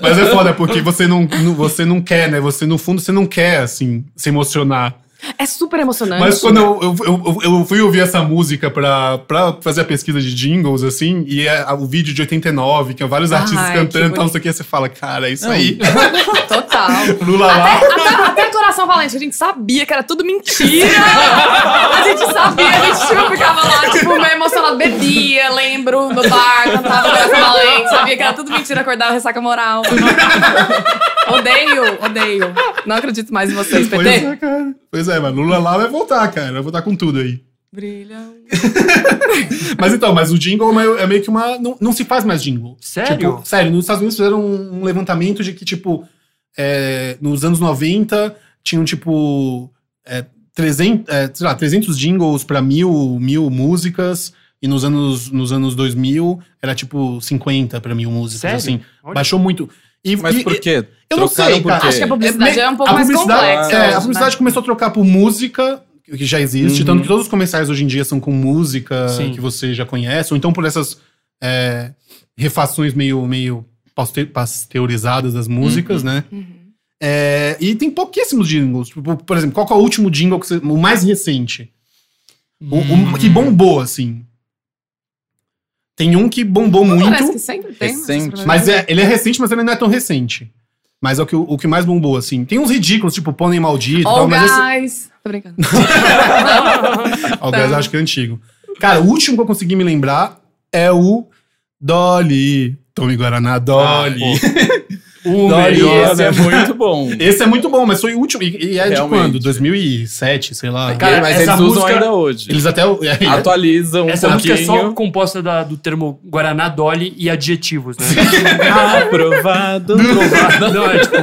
mas é foda, porque você não, não- você não quer, né? Você, no fundo, você não quer, assim, se emocionar. É super emocionante. Mas quando eu, eu, eu, eu fui ouvir essa música pra, pra fazer a pesquisa de jingles, assim, e é o vídeo de 89, que é vários Ai, artistas que cantando e tal, não bonito. sei o que, você fala, cara, é isso aí. Total. Lula lá. Até, até Coração Valente, a gente sabia que era tudo mentira. A gente sabia, a gente tipo, ficava lá, tipo, meio emocionado, bebia, lembro, no bar, cantava Coração Valente, sabia que era tudo mentira, acordava ressaca moral. odeio, odeio. Não acredito mais em vocês, Pois PT. é, cara. Pois é, mas Lula lá vai voltar, cara. Vai voltar com tudo aí. Brilha. um Mas então, mas o jingle é meio- é meio que uma. Não, não se faz mais jingle. Sério? Tipo, sério, nos Estados Unidos fizeram um um levantamento de que, tipo, é, nos anos 90 tinham, tipo, é, 300, é, sei lá, 300 jingles pra mil, mil músicas. E nos anos, nos anos 2000 era, tipo, 50 pra mil músicas, Sério? assim. Olha. Baixou muito. E, Mas e- por quê? eu não Trocaram sei, por cara. quê? Acho que a publicidade me- é um pouco a mais publicidade- complexa. é, hoje, a publicidade né? começou a trocar por música, que já existe, Uhum. tanto que todos os comerciais hoje em dia são com música Sim. que você já conhece, ou então por essas é, refações meio, meio paste- pasteurizadas das músicas, né? Uhum. É, e tem pouquíssimos jingles. Tipo, por exemplo, qual que é o último jingle, que você- o mais recente? O, o- que bombou, assim. Tem um que bombou Parece muito, que sempre tem. mas Recente. essas mas é, ele é recente, mas ele não é tão recente. Mas é o que, o que mais bombou, assim. Tem uns ridículos, tipo Pônei Maldito e All tal, mas esse, guys. Tô brincando. Ó, o Guys acho que é antigo. Cara, o último que eu consegui me lembrar é o Dolly. Tome Guaraná, Dolly. O Dói, E melhor. esse é muito bom. Esse é muito bom, mas foi o último. E, e é de Realmente. quando? 2007, sei lá. Cara, E- mas essa eles usam música- ainda hoje. Eles até. é, Atualizam Essa um música pouquinho. é só composta da- do termo Guaraná, Dolly e adjetivos, né? Aprovado. Não, é tipo,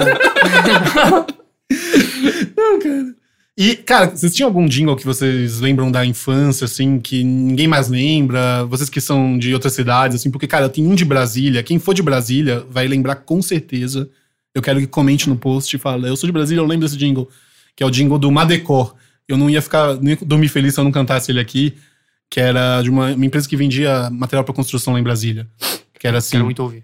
E, cara, vocês tinham algum jingle que vocês lembram da infância, assim, que ninguém mais lembra? Vocês que são de outras cidades, assim, porque, cara, tem um de Brasília. Quem for de Brasília vai lembrar com certeza. Eu quero que comente no post e fale, eu sou de Brasília, eu lembro desse jingle, que é o jingle do Madecor. Eu não ia ficar, não ia dormir feliz se eu não cantasse ele aqui, que era de uma, uma empresa que vendia material para construção lá em Brasília. Que era assim. quero um muito ouvir.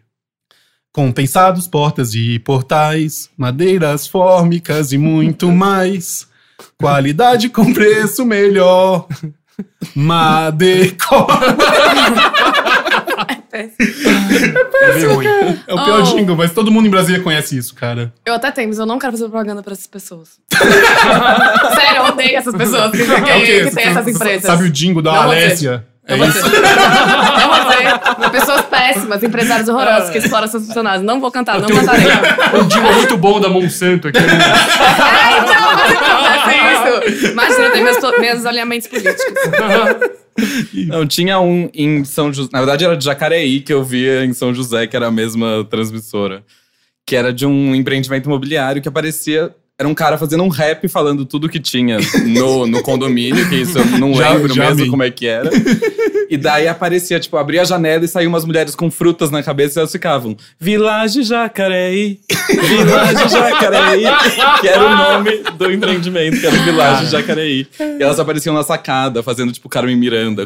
Compensados, portas e portais, madeiras fórmicas e muito mais. Qualidade com preço melhor. Madecor. É bem ruim. É o pior Oh. jingle, mas todo mundo em Brasília conhece isso, cara. Eu até tenho, mas eu não quero fazer propaganda pra essas pessoas. Sério, eu odeio essas pessoas que, que, É o quê? que tem essas empresas. Sabe o jingle da Não, você. Alésia? É Eu vou isso. dizer. Eu vou dizer. Pessoas péssimas, empresários horrorosos que exploram seus funcionários. Não vou cantar, não cantarei. Um jingle muito bom da Monsanto aqui. né? Ah, então, mas acontece isso. Imagina, eu tenho meus, to- meus alinhamentos políticos. Não, tinha um em São José. Na verdade, era de Jacareí que eu via em São José, que era a mesma transmissora. Que era de um empreendimento imobiliário que aparecia. Era um cara fazendo um rap falando tudo que tinha no, no condomínio, que isso eu não Já- lembro já mesmo vi. como é que era. E daí aparecia, tipo, abria a janela e saíam umas mulheres com frutas na cabeça e elas ficavam Village Jacareí, Village Jacareí, que era o Ah. nome do empreendimento, que era o Village Jacareí. E elas apareciam na sacada, fazendo, tipo, Carmen Miranda,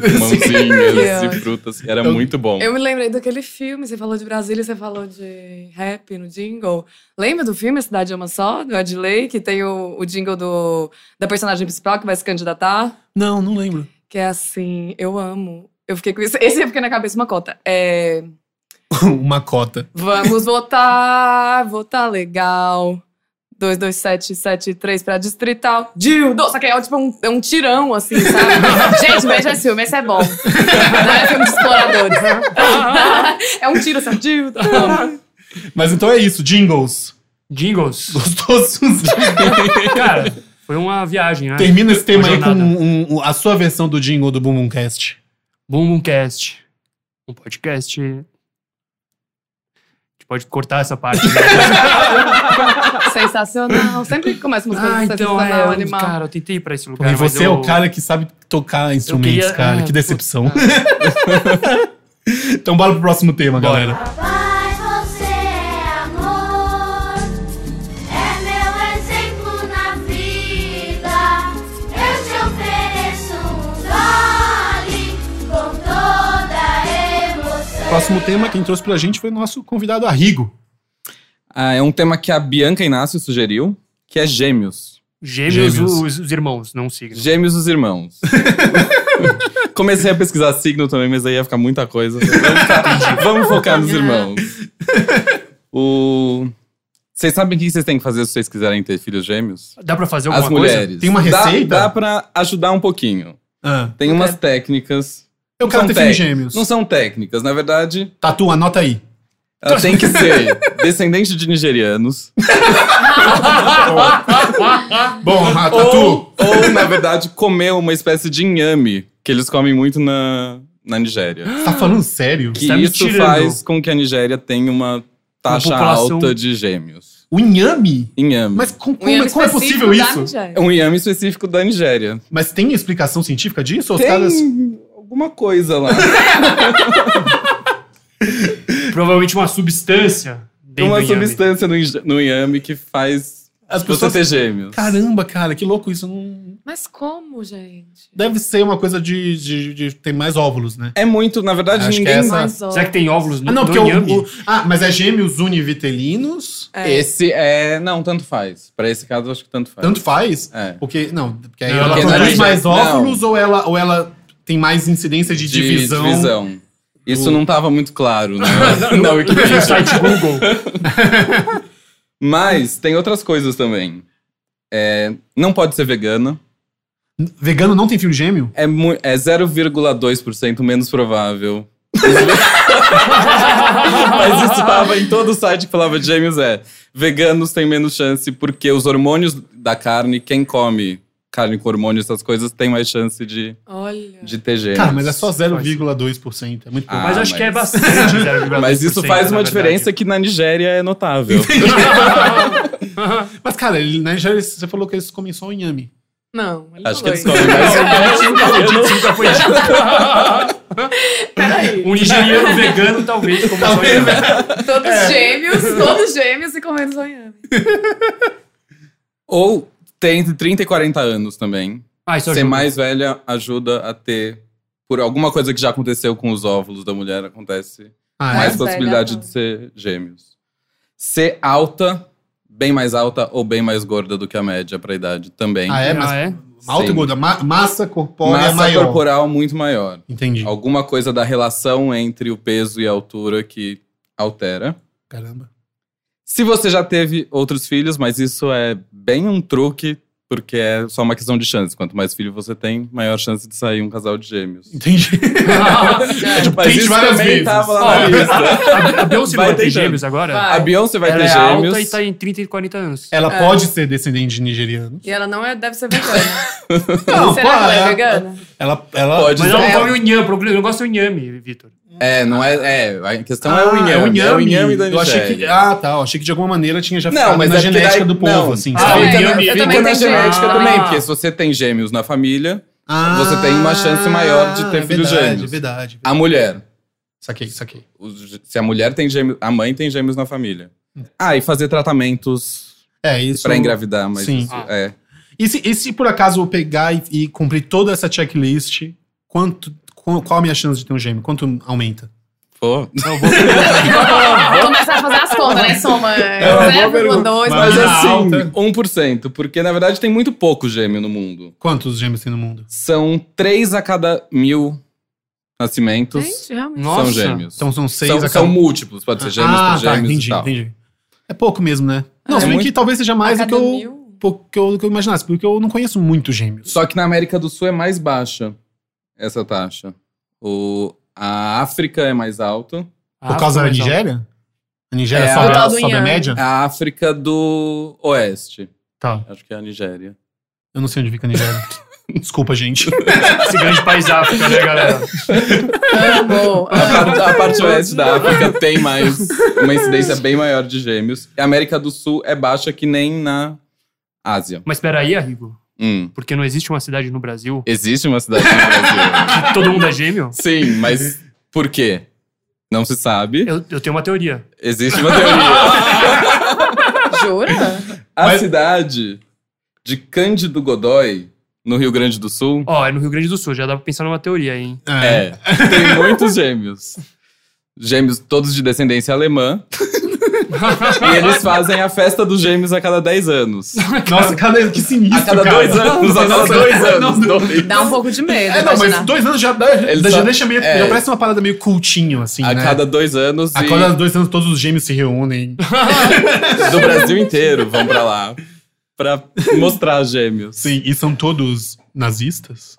com mãozinhas Que e frutas. Era muito bom. Eu me lembrei daquele filme, você falou de Brasília, você falou de rap no jingle. Lembra do filme A Cidade é uma Só, do Ed Lay, que tem o, o jingle do, da personagem principal que vai Tá? se candidatar? Não, não lembro. Que é assim, eu amo. Eu fiquei com isso. Esse eu fiquei na cabeça uma cota. É. Uma cota. Vamos votar, votar legal. 22773 pra distrital. Dildo! Só que é tipo um, é um tirão, assim, sabe? Gente, veja esse filme, esse é bom. Não é filme de exploradores. é um tiro, assim, dildo. Mas então é isso, jingles. Jingles. Gostosos. Cara, foi uma viagem, né? Termina esse tema Uma aí com jornada. um- um- a sua versão do jingle do Boom Boom Cast. Boomcast. Um podcast. A gente pode cortar essa parte. Né? Sensacional. Sempre começa umas coisas ah, então é. sensacional, eu- animal. Cara, eu tentei ir pra esse lugar. E mas você é eu- o cara que sabe tocar instrumentos, queria- cara. Ah, que decepção. putz, então bora pro próximo tema, Bora. galera. Rapaz, você é amor, é meu exemplo na vida. Eu te ofereço um gole com toda emoção. O próximo tema quem trouxe pra gente foi o nosso convidado Arrigo. Ah, é um tema que a Bianca Inácio sugeriu, que é gêmeos. Gêmeos, Gêmeos. Os, os irmãos, não sigam. Gêmeos os irmãos. Comecei a pesquisar signo também, mas aí ia ficar muita coisa. Vamos focar, vamos focar nos irmãos. O... Vocês sabem o que vocês têm que fazer se vocês quiserem ter filhos gêmeos? Dá pra fazer alguma As coisa? mulheres. Tem uma Dá- receita? Dá, pra ajudar um pouquinho. Ah. Tem umas técnicas. Eu Não quero são ter filhos técnicas. gêmeos. Não são técnicas, na verdade, Tatu, anota aí. ela tem que ser descendente de nigerianos. Bom, a Tatu, Ou, ou, na verdade, comer uma espécie de inhame, que eles comem muito na, na Nigéria. tá falando sério? Que Tá me isso tirando. faz com que a Nigéria tenha uma taxa população- alta de gêmeos. O inhame? Inhame. Mas com- Um como, ano como é específico possível da isso? É Nigéria. um inhame específico da Nigéria. Mas tem explicação científica disso? Os Tem caras. alguma coisa lá. Provavelmente uma substância. Tem dentro uma do inhame. substância no, inj- no inhame que faz As Você pessoas. ter gêmeos. Caramba, cara, que louco isso. Não... Mas como, gente? Deve ser uma coisa de, de, de ter mais óvulos, né? É muito, na verdade, Acho que ninguém. é essa- Mais Será que tem óvulos no, Ah, não, no porque o, inhame? o- Ah, mas é gêmeos univitelinos. É. Esse é. Não, tanto faz. Pra esse caso, acho que tanto faz. Tanto faz. É. Porque. Não, porque aí Não, ela porque não produz é mais gêmeo. óvulos ou ela, ou ela tem mais incidência de, De divisão. divisão. Isso do- não tava muito claro, né? na No Wikipedia. site Google. Mas tem outras coisas também. É, não pode ser vegana. Vegano não tem filho gêmeo? É, mu- é 0,2% menos provável. Mas isso estava em todo o site que falava de gêmeos é. Veganos têm menos chance porque os hormônios da carne, quem come carne com hormônios, essas coisas, tem mais chance de, Olha. de ter gêmeos. Cara, mas é só 0,2%. É muito pouco. Ah, Mas acho que é mas- bastante. 0,2%, Mas isso faz na uma verdade. diferença que na Nigéria é notável. Mas, cara, ele, né, já, você falou que eles comem só inhame. Não, ele Acho que falou é eles isso. comem mais. Nunca foi dito, nunca foi dito. Peraí. Um nigeriano vegano, talvez, como só eu. Todos É. gêmeos, todos gêmeos e comendo sonhando. Ou tem entre 30 e 40 anos também. Ah, isso Ser ajuda. mais velha ajuda a ter, por alguma coisa que já aconteceu com os óvulos da mulher, acontece Ah, é? mais velha, possibilidade não. de ser gêmeos. Ser alta, bem mais alta ou bem mais gorda do que a média para a idade também. Ah, é? Mas Ah, é? alta e Sim. gorda. ma- massa corpórea é Massa maior. corporal muito maior. Entendi. Alguma coisa da relação entre o peso e a altura que altera. Caramba. Se você já teve outros filhos, mas isso é bem um truque, porque é só uma questão de chance. Quanto mais filho você tem, maior chance de sair um casal de gêmeos. Entendi. Mas Tente isso várias também vezes. tava lá na Ó, lista. A, a Beyoncé Vai vai, ter tentando. um gêmeos agora? Vai. A Beyoncé vai Ela ter é gêmeos. É, alta e tá em 30 e 40 anos. Ela pode ser descendente de nigeriano. E ela não é, deve ser vegana. Não, Será que ela é para. vegana? Ela, ela Pode Mas ela ser. não come o inhame, o problema- o negócio é o inhame, Vitor. É, não é. É, a questão Ah, é o inhame. É o inhame da Eu achei que, Nigéria. ah, tá. Eu achei que de alguma maneira tinha já Não, ficado mas na é porque genética daí- do povo, não. assim. Ah, sabe? eu Ah, também- eu Fica também na entendi. genética Ah. também, porque se você tem gêmeos na família, Ah, Você tem uma chance maior de ter é filhos verdade, gêmeos. Ah. É verdade. a mulher. Saquei, saquei. os- Se a mulher tem gêmeos, a mãe tem gêmeos na família. Ah, e fazer tratamentos É Hum. isso. pra engravidar, mas Sim. Ah. isso é. E se, e se por acaso eu pegar e, e cumprir toda essa checklist, quanto, qual, qual a minha chance de ter um gêmeo? Quanto aumenta? Pô. Começar a fazer as contas, né? Soma É uma boa 0,2. pergunta. Mas Mas assim, alta. 1%, porque na verdade tem muito pouco gêmeo no mundo. Quantos gêmeos tem no mundo? São 3 a cada mil é nascimentos Gente, realmente. são Nossa. gêmeos. Então são seis são, a cada- são múltiplos, pode ser gêmeos ah, por tá, gêmeos entendi, e tal. entendi. É pouco mesmo, né? Não, É se bem que muito. talvez seja mais do que Cada eu, mil? pouco que eu, que eu imaginasse, porque eu não conheço muito gêmeos. Só que na América do Sul é mais baixa essa taxa. O, a África é mais alta. Ah, Por causa da Nigéria? A Nigéria É, sobe, o tal a, do sobe a Yang. média? É A África do Oeste. Tá, Acho que é a Nigéria. eu não sei onde fica a Nigéria. Desculpa, gente. Esse grande país da África, né, galera? Amo. A parte, a parte oeste da África tem mais uma incidência bem maior de gêmeos. E a América do Sul é baixa que nem na Ásia. Mas peraí, Arrigo. Hum. Porque não existe uma cidade no Brasil Existe uma cidade no Brasil. que todo mundo é gêmeo? Sim, mas por quê? Não se sabe. Eu, eu tenho uma teoria. Existe uma teoria. Jura? A Mas- cidade de Cândido Godói, no Rio Grande do Sul, Ó, é no Rio Grande do Sul, já dá pra pensar numa teoria, hein? é. Tem muitos gêmeos. Gêmeos todos de descendência alemã. e eles fazem a festa dos gêmeos a cada 10 anos. Nossa, cada, que sinistro, A cada cara. dois anos, a cada Nossa, dois não, anos. dois. Dá um pouco de medo. É, não, mas imaginar. dois anos já, dá, Ele já só- deixa meio. é. Já parece uma parada meio cultinho, assim. A né? cada dois anos A e cada dois anos todos os gêmeos se reúnem. do Brasil inteiro vão pra lá pra mostrar gêmeos. Sim, e são todos nazistas?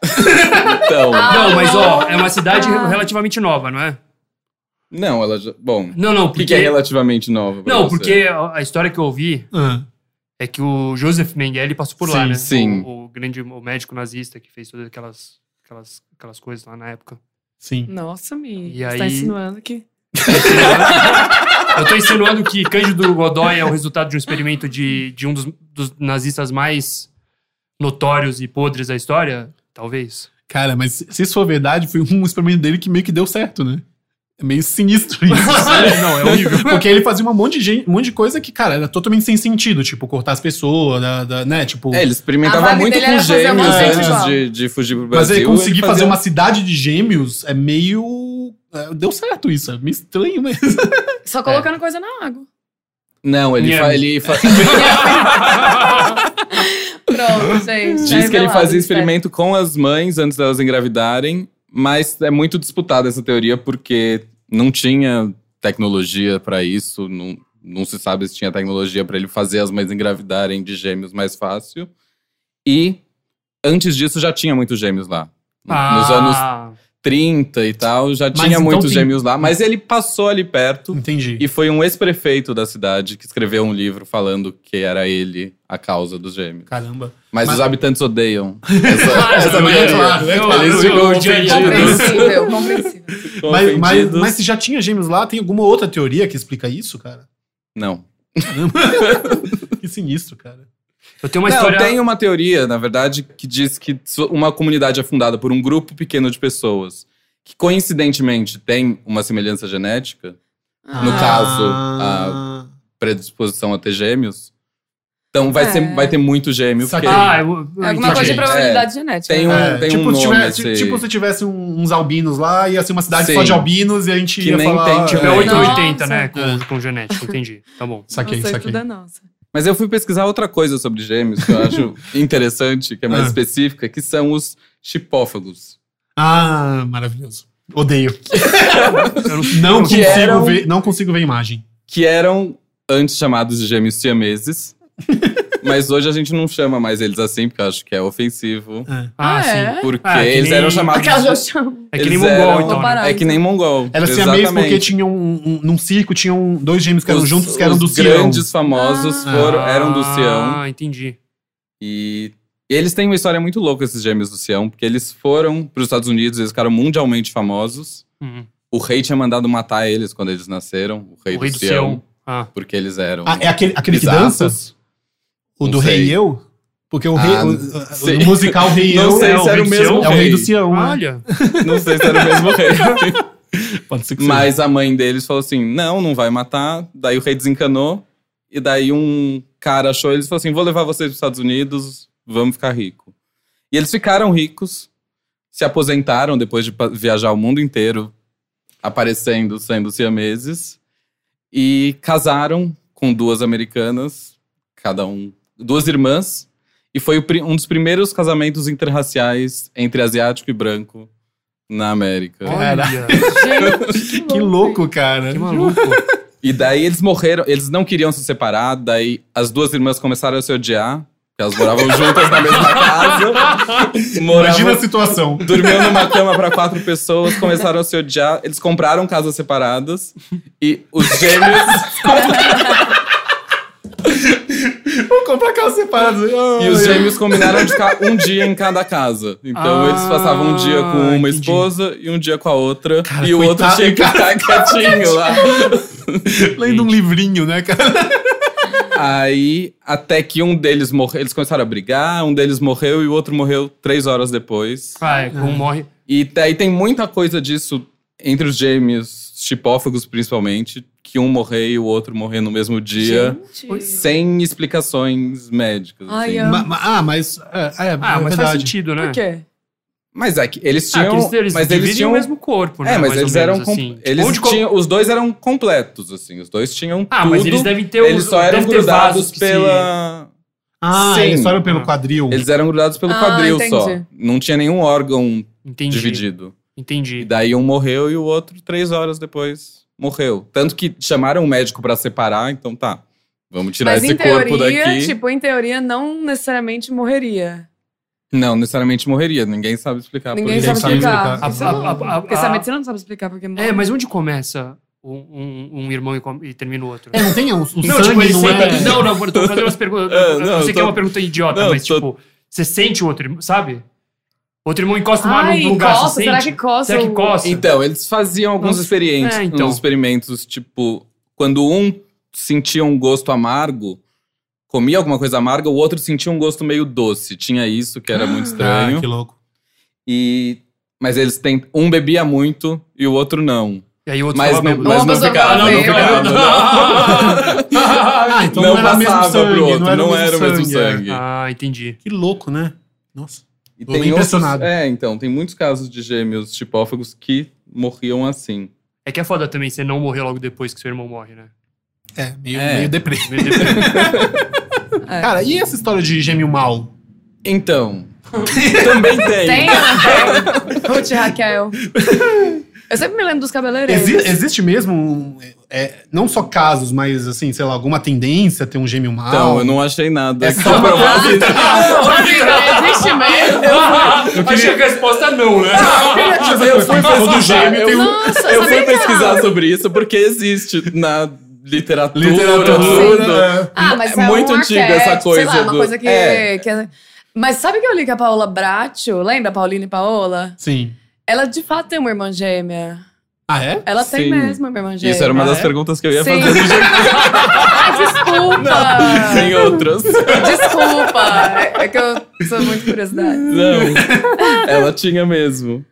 Então, Não, mas ó, é uma cidade relativamente nova, não é? não, ela já, bom, Não, não, o que, porque... que é relativamente nova pra não, você? porque a a história que eu ouvi Ah, É que o Joseph Mengele passou por Sim, lá, né? sim. O, o grande o médico nazista que fez todas aquelas, aquelas, aquelas coisas lá na época. sim. Nossa, Mi. E Você aí- tá insinuando que. Eu tô insinuando que Cândido Godoy é o resultado de um experimento de, de um dos, dos nazistas mais notórios e podres da história? Talvez. Cara, mas se isso for verdade, foi um experimento dele que meio que deu certo, né? É meio sinistro isso. não, é horrível. Porque ele fazia um monte, de gente, um monte de coisa que, cara, era totalmente sem sentido. Tipo, cortar as pessoas, da, da- né? Tipo. É, ele experimentava A vibe muito dele com era fazer gêmeos uma coisa antes igual. de, de fugir pro mas Brasil. ele conseguir fazia fazer uma cidade de gêmeos é meio. é, Deu certo isso, é meio estranho, mas. É. Só colocando coisa na água. Não, ele, Miami. fa- ele fa- Pronto, gente. diz que ele Revelado, fazia espero. experimento com as mães antes delas engravidarem, mas é muito disputada essa teoria porque não tinha tecnologia pra isso, não, não se sabe se tinha tecnologia pra ele fazer as mães engravidarem de gêmeos mais fácil. E antes disso já tinha muitos gêmeos lá. Nos anos Ah, 30 e tal, já Mas tinha então muitos tem- gêmeos lá, mas ele passou ali perto. Entendi. E foi um ex-prefeito da cidade que escreveu um livro falando que era ele a causa dos gêmeos. Caramba. Mas, Mas- os habitantes odeiam. Ah, Essa, essa também, teoria. claro, é claro. Eles ficam Eu odiaria. ofendidos. Compreensível, compreensível. Ficam Mas, mas, ofendidos. mas se já tinha gêmeos lá, tem alguma outra teoria que explica isso, cara? Não. Que sinistro, cara. eu tenho uma Não, história. tem uma teoria, na verdade, que diz que so- uma comunidade é fundada por um grupo pequeno de pessoas que coincidentemente tem uma semelhança genética, No Ah, caso, Ah. predisposição a ter gêmeos. Então vai, É. ser, vai ter muito gêmeo. Saquei. porque- Ah, eu, eu é Alguma entendi. coisa de É, probabilidade genética. tem né? um- É, tipo, nome se tivesse, esse- tipo se tivesse um- uns albinos lá, ia ser uma cidade Sim. só de albinos e a gente Que ia nem falar... tem, tipo, Tipo, é é, oito- 880, né? Com, É. Nossa. com genética, entendi. Tá bom. Saquei, Nossa, saquei. tudo é nossa. Mas eu fui pesquisar outra coisa sobre gêmeos que eu acho interessante, que é mais Ah. específica, que são os chipófagos. Ah, maravilhoso. Odeio. Eu não Não Que um consigo, eram- ver, não consigo ver a imagem. Que eram antes chamados de gêmeos siameses. mas hoje a gente não chama mais eles assim, porque eu acho que é ofensivo. É. Ah, Ah, sim. é? Porque Ah, que eles nem- eram chamados. Aquela de- eu chamo. É que nem mongol, Eles eram- então. né? Comparar. É que nem mongol. Era siamês porque exatamente. tinham um, um- num circo, tinham um- dois gêmeos que eram Os- juntos, que eram os do Sião. grandes famosos Ah. foram, eram do Sião. Ah, entendi. E eles têm uma história muito louca, esses gêmeos do Sião, porque eles foram para os Estados Unidos, eles ficaram mundialmente famosos. Uhum. O rei tinha mandado matar eles quando eles nasceram, o rei, O rei do, Sião, Ah. porque eles eram. Ah, é aquele, aquele que bizarros. dança? O Não do Rei sei. e Eu? Porque o rei. Ah, o- sei. o, o musical Rei e Não Eu sei é, o se era rei o do mesmo Sião? é o Rei do Sião. Ah, né? Olha. Não sei se era o mesmo rei. Pode ser que seja. Mas a mãe deles falou assim: não, não vai matar. Daí o rei desencanou. E daí um cara achou eles e falou assim: vou levar vocês para os Estados Unidos, vamos ficar rico. E eles ficaram ricos, se aposentaram depois de pa- viajar o mundo inteiro, aparecendo, sendo siameses. E casaram com duas americanas, cada um, duas irmãs. E foi o pri- um dos primeiros casamentos interraciais entre asiático e branco na América. Cara. Olha. Gente, Que louco, cara. Que maluco. E daí eles morreram, eles não queriam se separar, daí as duas irmãs começaram a se odiar, porque elas moravam juntas na mesma casa. Imagina a Moravam, situação. dormiam numa cama para quatro pessoas, começaram a se odiar, eles compraram casas separadas e os gêmeos Vou comprar carros separados. e os gêmeos combinaram de ficar um dia em cada casa. Então Ah, eles passavam um dia com uma entendi. esposa e um dia com a outra e o coitado, outro tinha que ficar quietinho lá. Lendo um livrinho, né, cara? Aí, até que um deles morreu, eles começaram a brigar, um deles morreu e o outro morreu três horas depois. Ah, é, um morre. E daí tem muita coisa disso entre os gêmeos, chipófagos principalmente, que um morrer e o outro morrer no mesmo dia, Gente. sem explicações médicas. Ai, assim. amo. Ma- ma- ah, mas. É, é, Ah, é mas faz verdade. sentido, né? Por quê? Mas é que eles Ah, tinham. que eles, eles mas dividem eles tinham. o mesmo corpo, né? é, mas mais ou eles eram. menos, com- assim. eles Ou de co- tinham- Os dois eram completos, assim. Os dois tinham Ah, tudo. mas eles devem ter eles os- só eram deve ter grudados vasos que se- pela. Ah, Sim. eles foram Ah. pelo quadril. Eles eram grudados pelo Ah, quadril só. entendi. Não tinha nenhum órgão Entendi. dividido. E Entendi. daí um morreu e o outro, três horas depois, morreu. Tanto que chamaram o médico pra separar, então tá. Vamos tirar Mas esse em corpo teoria, daqui. tipo, em teoria, não necessariamente morreria. Não, necessariamente morreria. Ninguém sabe explicar Ninguém Ah, por Ninguém sabe quê. sabe explicar. explicar. Isso A- é louco. a- a- a- Porque essa medicina não sabe explicar porque morre. É, mas onde começa um, um, um irmão e, com- e termina o outro? É, não tem o, o Não, sangue, tipo, ele não é. sente- Não, não, eu tô fazendo umas perguntas. É, eu não, sei que é tô- uma pergunta idiota, não, mas tô- tipo, você sente o outro irmão, sabe? Outro irmão encosta uma Ai, é num um lugar, coça, você será sente? que coça? Será que o- coça? Então, eles faziam alguns Nossa, experimentos, é, então. uns experimentos, tipo, quando um sentia um gosto amargo, comia alguma coisa amarga, o outro sentia um gosto meio doce. Tinha isso, que era muito Ah, estranho. Ah, que louco. E mas eles têm um bebia muito e o outro não. E aí o outro Mas tava não, bêbado. mas Uma não pessoa ficava, tava Ah, não bêbada. ficava. Não, Ah, então não não, era o mesmo é. passava sangue. pro outro, não o era o mesmo sangue. Ah, entendi. Que louco, né? Nossa. E Tô bem impressionado. Outros, é, então, tem muitos casos de gêmeos tipófagos que morriam assim. É que é foda também você não morrer logo depois que seu irmão morre, né? É, meio, É. meio deprê. Meio deprê. É. Cara, e essa história de gêmeo mal? Então, também tem. Tem Ana Raquel? Ruth e Raquel. Eu sempre me lembro dos cabeleireiros. Exi- existe mesmo, um, é, não só casos, mas assim, sei lá, alguma tendência a ter um gêmeo mal? Então, eu não achei nada. É que só uma- provasse- é Existe mesmo? Eu achei que a resposta é não, né? Eu fui Falou do pesquisar, um gêmeo, tem eu, um- Nossa, eu fui sabia? pesquisar sobre isso porque existe na literatura, Literatura, tudo. é. Ah, mas é Muito um antiga arquétipo, essa coisa Sei lá, uma do- coisa que é. que é- Mas sabe que eu li que a Paola Bracho, lembra a Paulina e Paola? Sim. Ela de fato tem uma irmã gêmea. Ah, é? Ela tem Sim. mesmo uma irmã gêmea. Isso era uma Ah, das é? perguntas que eu ia Sim. Ah. fazer. Ai, desculpa! Tem outras. Desculpa! É é que eu sou muito curiosidade. Não. Ela tinha mesmo.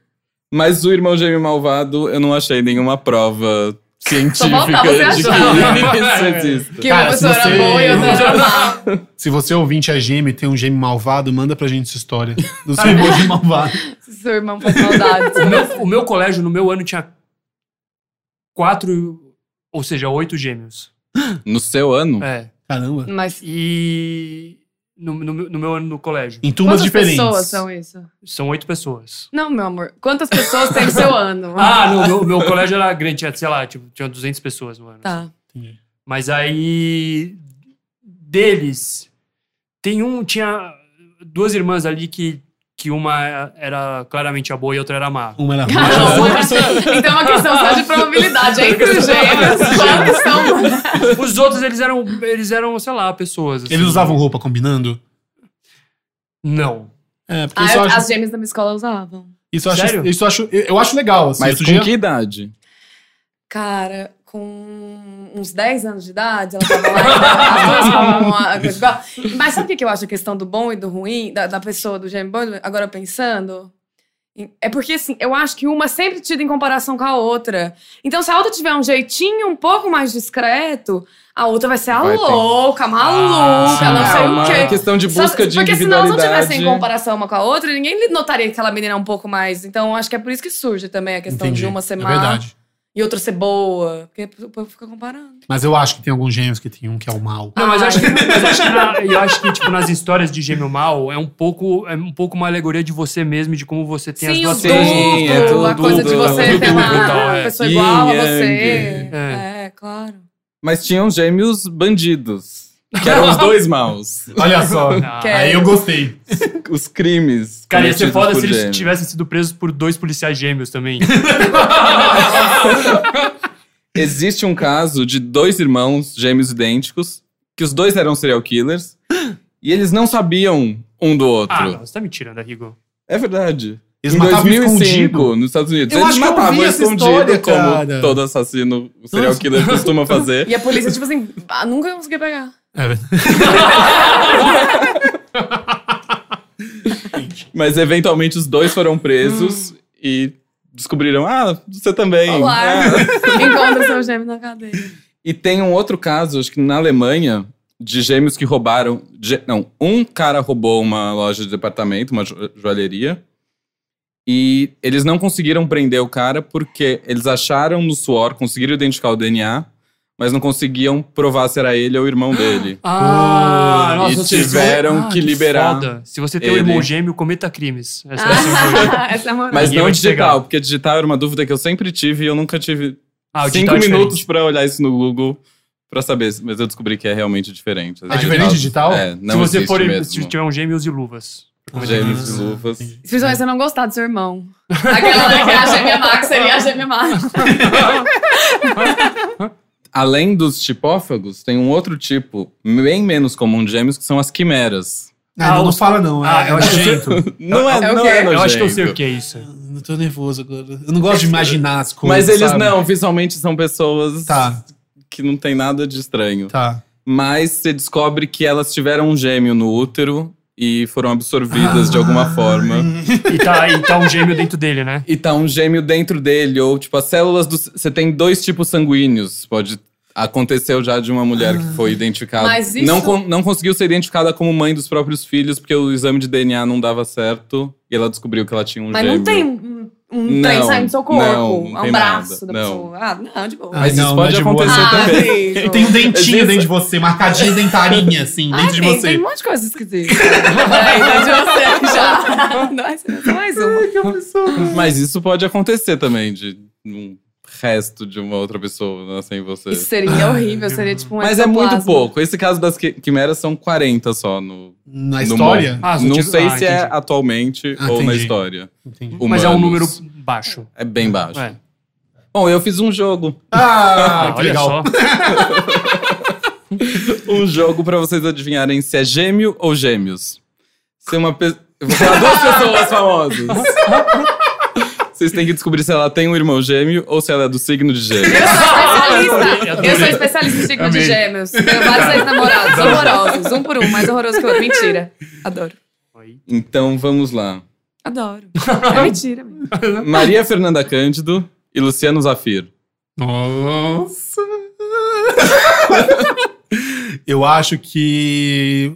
Mas o irmão gêmeo malvado, eu não achei nenhuma prova científica faltava você de que achar. isso existe. Que Cara, uma se pessoa você- era boa e outra era má. Se você ouvinte é gêmeo e tem um gêmeo malvado, manda pra gente essa história do seu irmão de malvado. Se seu irmão faz maldade. O meu, o meu colégio, no meu ano, tinha quatro, ou seja, oito gêmeos. No seu ano? É. Caramba. Mas E no, no meu- no meu ano no colégio. Em turmas quantas diferentes. pessoas são isso? São oito pessoas. Não, meu amor. Quantas pessoas tem no seu ano? Ah, não, meu, meu colégio era grande, tinha, sei lá, tipo, tinha 200 pessoas no ano. Tá. Mas aí deles tem um tinha duas irmãs ali que que uma era claramente a boa e a outra era a má. Uma era Ah, ruim. não, então é uma questão só de probabilidade. É entre os gêmeos, quantos são? Os outros eles eram eles eram, sei lá, pessoas assim. Eles usavam roupa combinando? Não. É, porque Ah, isso eu eu- acho. as gêmeas da minha escola usavam. Isso eu acho, Sério? isso eu acho, eu- eu acho legal. Assim, Mas isso com já- que idade? Cara, com uns 10 anos de idade, ela tava lá, as duas falavam uma coisa igual. Mas sabe o que que eu acho a questão do bom e do ruim, da, da pessoa, do gêmeo bom? e do- Agora pensando. É porque, assim, eu acho que uma é sempre tida em comparação com a outra. Então, se a outra tiver um jeitinho um pouco mais discreto, a outra vai ser a Vai ter. louca, a maluca, Ah, não sei é uma o quê. questão de busca Sabe, de porque se nós não individualidade. tivessem comparação uma com a outra, ninguém notaria que aquela menina é um pouco mais. Então, acho que é por isso que surge também a questão Entendi, de uma ser é má verdade. e outra ser boa. Porque o povo fica comparando. Mas eu acho que tem alguns gêmeos que tem um que é o mal. Não, mas Ah. acho que, mas acho que na- eu acho que tipo nas histórias de gêmeo mal é um pouco é um pouco uma alegoria de você mesmo e de como você tem Sim, as os duas Sim, duplos, coisas. é tudo, a coisa de tudo, você tudo, ter tudo e uma tal, é. pessoa Yin, igual a yang. você. É. É, claro. Mas tinham gêmeos bandidos. Que eram os dois maus. Olha só. Ah. Que é- Aí eu gostei. Os crimes. Cara, ia ser cometidos foda por se eles gêmeos. tivessem sido presos por dois policiais gêmeos também. Existe um caso de dois irmãos gêmeos idênticos, que os dois eram serial killers, e eles não sabiam um do outro. ah, não, você tá me tirando, Rigo. É verdade. Eles em matavam 2005, escondido. nos Estados Unidos, Eu eles acho que eu matavam vi essa escondido, história, como cara. todo assassino serial killer costuma fazer. E a polícia, tipo assim, ah, nunca conseguia pegar. É verdade. Mas eventualmente os dois foram presos Hum. e descobriram: ah, você também. Olá. Ah. Encontra seu gêmeo na cadeia. E tem um outro caso, acho que na Alemanha, de gêmeos que roubaram. gê- Não, um cara roubou uma loja de departamento, uma jo- joalheria. E eles não conseguiram prender o cara porque eles acharam no suor, conseguiram identificar o DNA, mas não conseguiam provar se era ele ou o irmão dele. Ah, E nossa, vocês- tiveram Ah, que liberar foda. Se você tem um ele. irmão gêmeo, cometa crimes. Essa é a segunda. Ah, essa é a moral. Mas Ninguém não vai te digital, pegar. porque digital era uma dúvida que eu sempre tive e eu nunca tive Ah, o cinco digital é diferente. minutos pra olhar isso no Google pra saber. Mas eu descobri que é realmente diferente. É diferente digital? É, não se você existe for, mesmo. se tiver um gêmeo, use luvas. Gêmeos, luvas. Principalmente se você um, não gostar do seu irmão. Aquela né, que é a gêmea má, que seria a gêmea má. Além dos tipófagos, tem um outro tipo, bem menos comum de gêmeos, que são as quimeras. Ah, não, não os- fala não. Ah, é, eu é acho que- jeito. Não é, É o não quê? é nojento. Eu acho que eu sei o que é isso. Eu tô nervoso agora. Eu não gosto de imaginar as coisas. Mas eles sabe? não, visualmente são pessoas Tá, que não tem nada de estranho. tá. Mas você descobre que elas tiveram um gêmeo no útero e foram absorvidas de alguma forma. E tá, e tá um gêmeo dentro dele, né? E tá um gêmeo dentro dele, ou tipo, as células do. Você tem dois tipos sanguíneos. Pode. Aconteceu já de uma mulher que foi identificada. Ah. Mas isso- Não, con- não conseguiu ser identificada como mãe dos próprios filhos, porque o exame de DNA não dava certo. E ela descobriu que ela tinha um Mas gêmeo. não tem um, um Não, trem saindo do seu corpo, não, não é tem um braço nada, da não. pessoa. Ah, não, de boa. Ai, Mas não, isso não pode é de boa, acontecer não. ah, também. amigo. Tem um dentinho dentro de você, marcadinho dentarinha, assim, Ai, dentro de amigo, Tem você. um monte de coisa esquisita. Peraí, dentro de você já. Nossa, mais uma. Mas isso pode acontecer também, de um resto de uma outra pessoa nascer em você. Isso seria horrível, seria tipo um Mas é muito ectoplasma. pouco. Esse caso das qui- quimeras são 40 só no. Na no história? tipo- mundo. Ah, só não tive- sei ah, se é entendi. atualmente Ah, ou na entendi. história. Entendi. Mas é um número Humanos. baixo. É bem baixo. É. Bom, eu fiz um jogo. Ah, que olha legal. só. Um jogo pra vocês adivinharem se é gêmeo ou gêmeos. Se uma pessoa. Eu vou falar duas pessoas famosas. Vocês têm que descobrir se ela tem um irmão gêmeo ou se ela é do signo de gêmeo. Eu sou especialista. Adorei. Eu sou especialista em signo de Amei. gêmeos. Tenho vários ex-namorados, horrorosos. Um por um, mais horroroso que o outro. Mentira. Adoro. Então vamos lá. Adoro. É mentira. amigo. Maria Fernanda Cândido e Luciano Zafir. Nossa. Eu acho que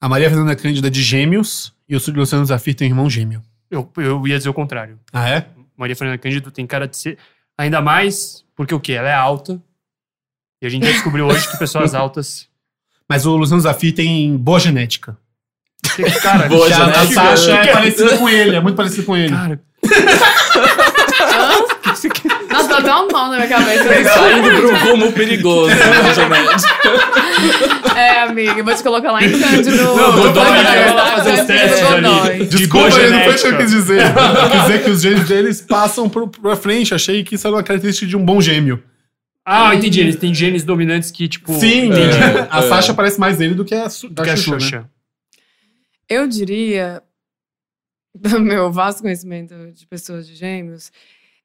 a Maria Fernanda Cândida é de gêmeos e o Luciano Zafir tem um irmão gêmeo. Eu, eu ia dizer o contrário. Ah, é? Maria Fernanda Cândido tem cara de ser. Ainda mais porque o quê? Ela é alta. E a gente já descobriu hoje que pessoas altas. Mas o Luciano Zafir tem boa genética. Cara, Boa Já a genética. Sasha é parecida com ele, é muito parecida com ele. Cara, Nossa, deu até um mal na minha cabeça. Saindo para um rumo perigoso. né, gente? É, amiga, eu vou te colocar lá em Cândido. Não, Godoy, vai lá fazer os testes ali. Godoy. Desculpa, boa gente, não foi isso que genética. eu quis dizer. Eu quis dizer que os gêmeos deles passam pro, pra frente. Achei que isso era uma característica de um bom gêmeo. Ah, entendi. Eles têm genes dominantes que, tipo. Sim, entendi. entendi. É, a é. Sasha parece mais dele do que a, Su- da Que é a Xuxa, né? Xuxa. Eu diria, do meu vasto conhecimento de pessoas de gêmeos,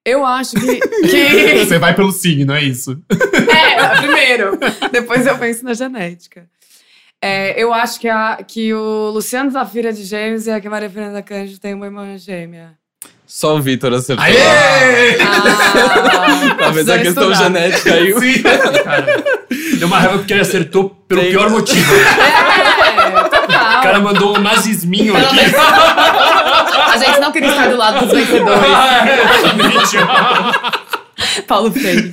eu acho que. que- Você vai pelo signo, é isso. é, primeiro. Depois eu penso na genética. É, eu acho que, a, que o Luciano Zafira é de gêmeos e a que a Maria Fernanda Cândido tem uma irmã gêmea. Só o Vitor acertou. Aê! Ah, Talvez a precisaram questão estudar. genética aí. Cara, deu uma raiva porque ele acertou pelo Tem- pior motivo. É, O total. cara mandou um nazisminho aqui. A gente não queria estar do lado dos vencedores. Paulo Freire.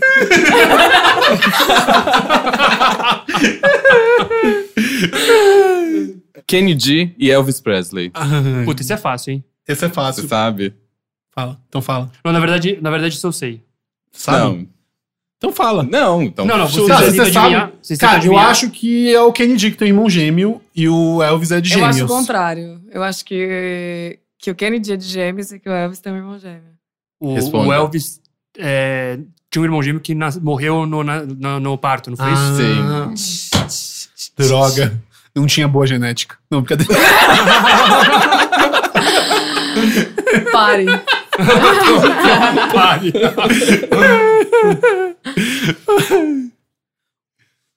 Kennedy e Elvis Presley. Ah, Puta, isso é fácil, hein? Esse é Você fácil. sabe? Fala. Então fala. Não, na verdade, na verdade isso eu sei. Sabe? Então fala. Não, não, então. Não, não, você Tá, Vocês você tentam adivinhar? sabe? Vocês Cara, tentam eu adivinhar? acho que é o Kennedy que tem irmão gêmeo e o Elvis é de Eu gêmeos. acho o contrário. Eu acho que, que o Kennedy é de gêmeos e que o Elvis tem um irmão gêmeo. O, Responda. o Elvis é, tinha um irmão gêmeo que nas- morreu no, na- na- no parto, não foi isso? Ah, Droga. Não tinha boa genética. Não, brincadeira. Pare. É. Pare.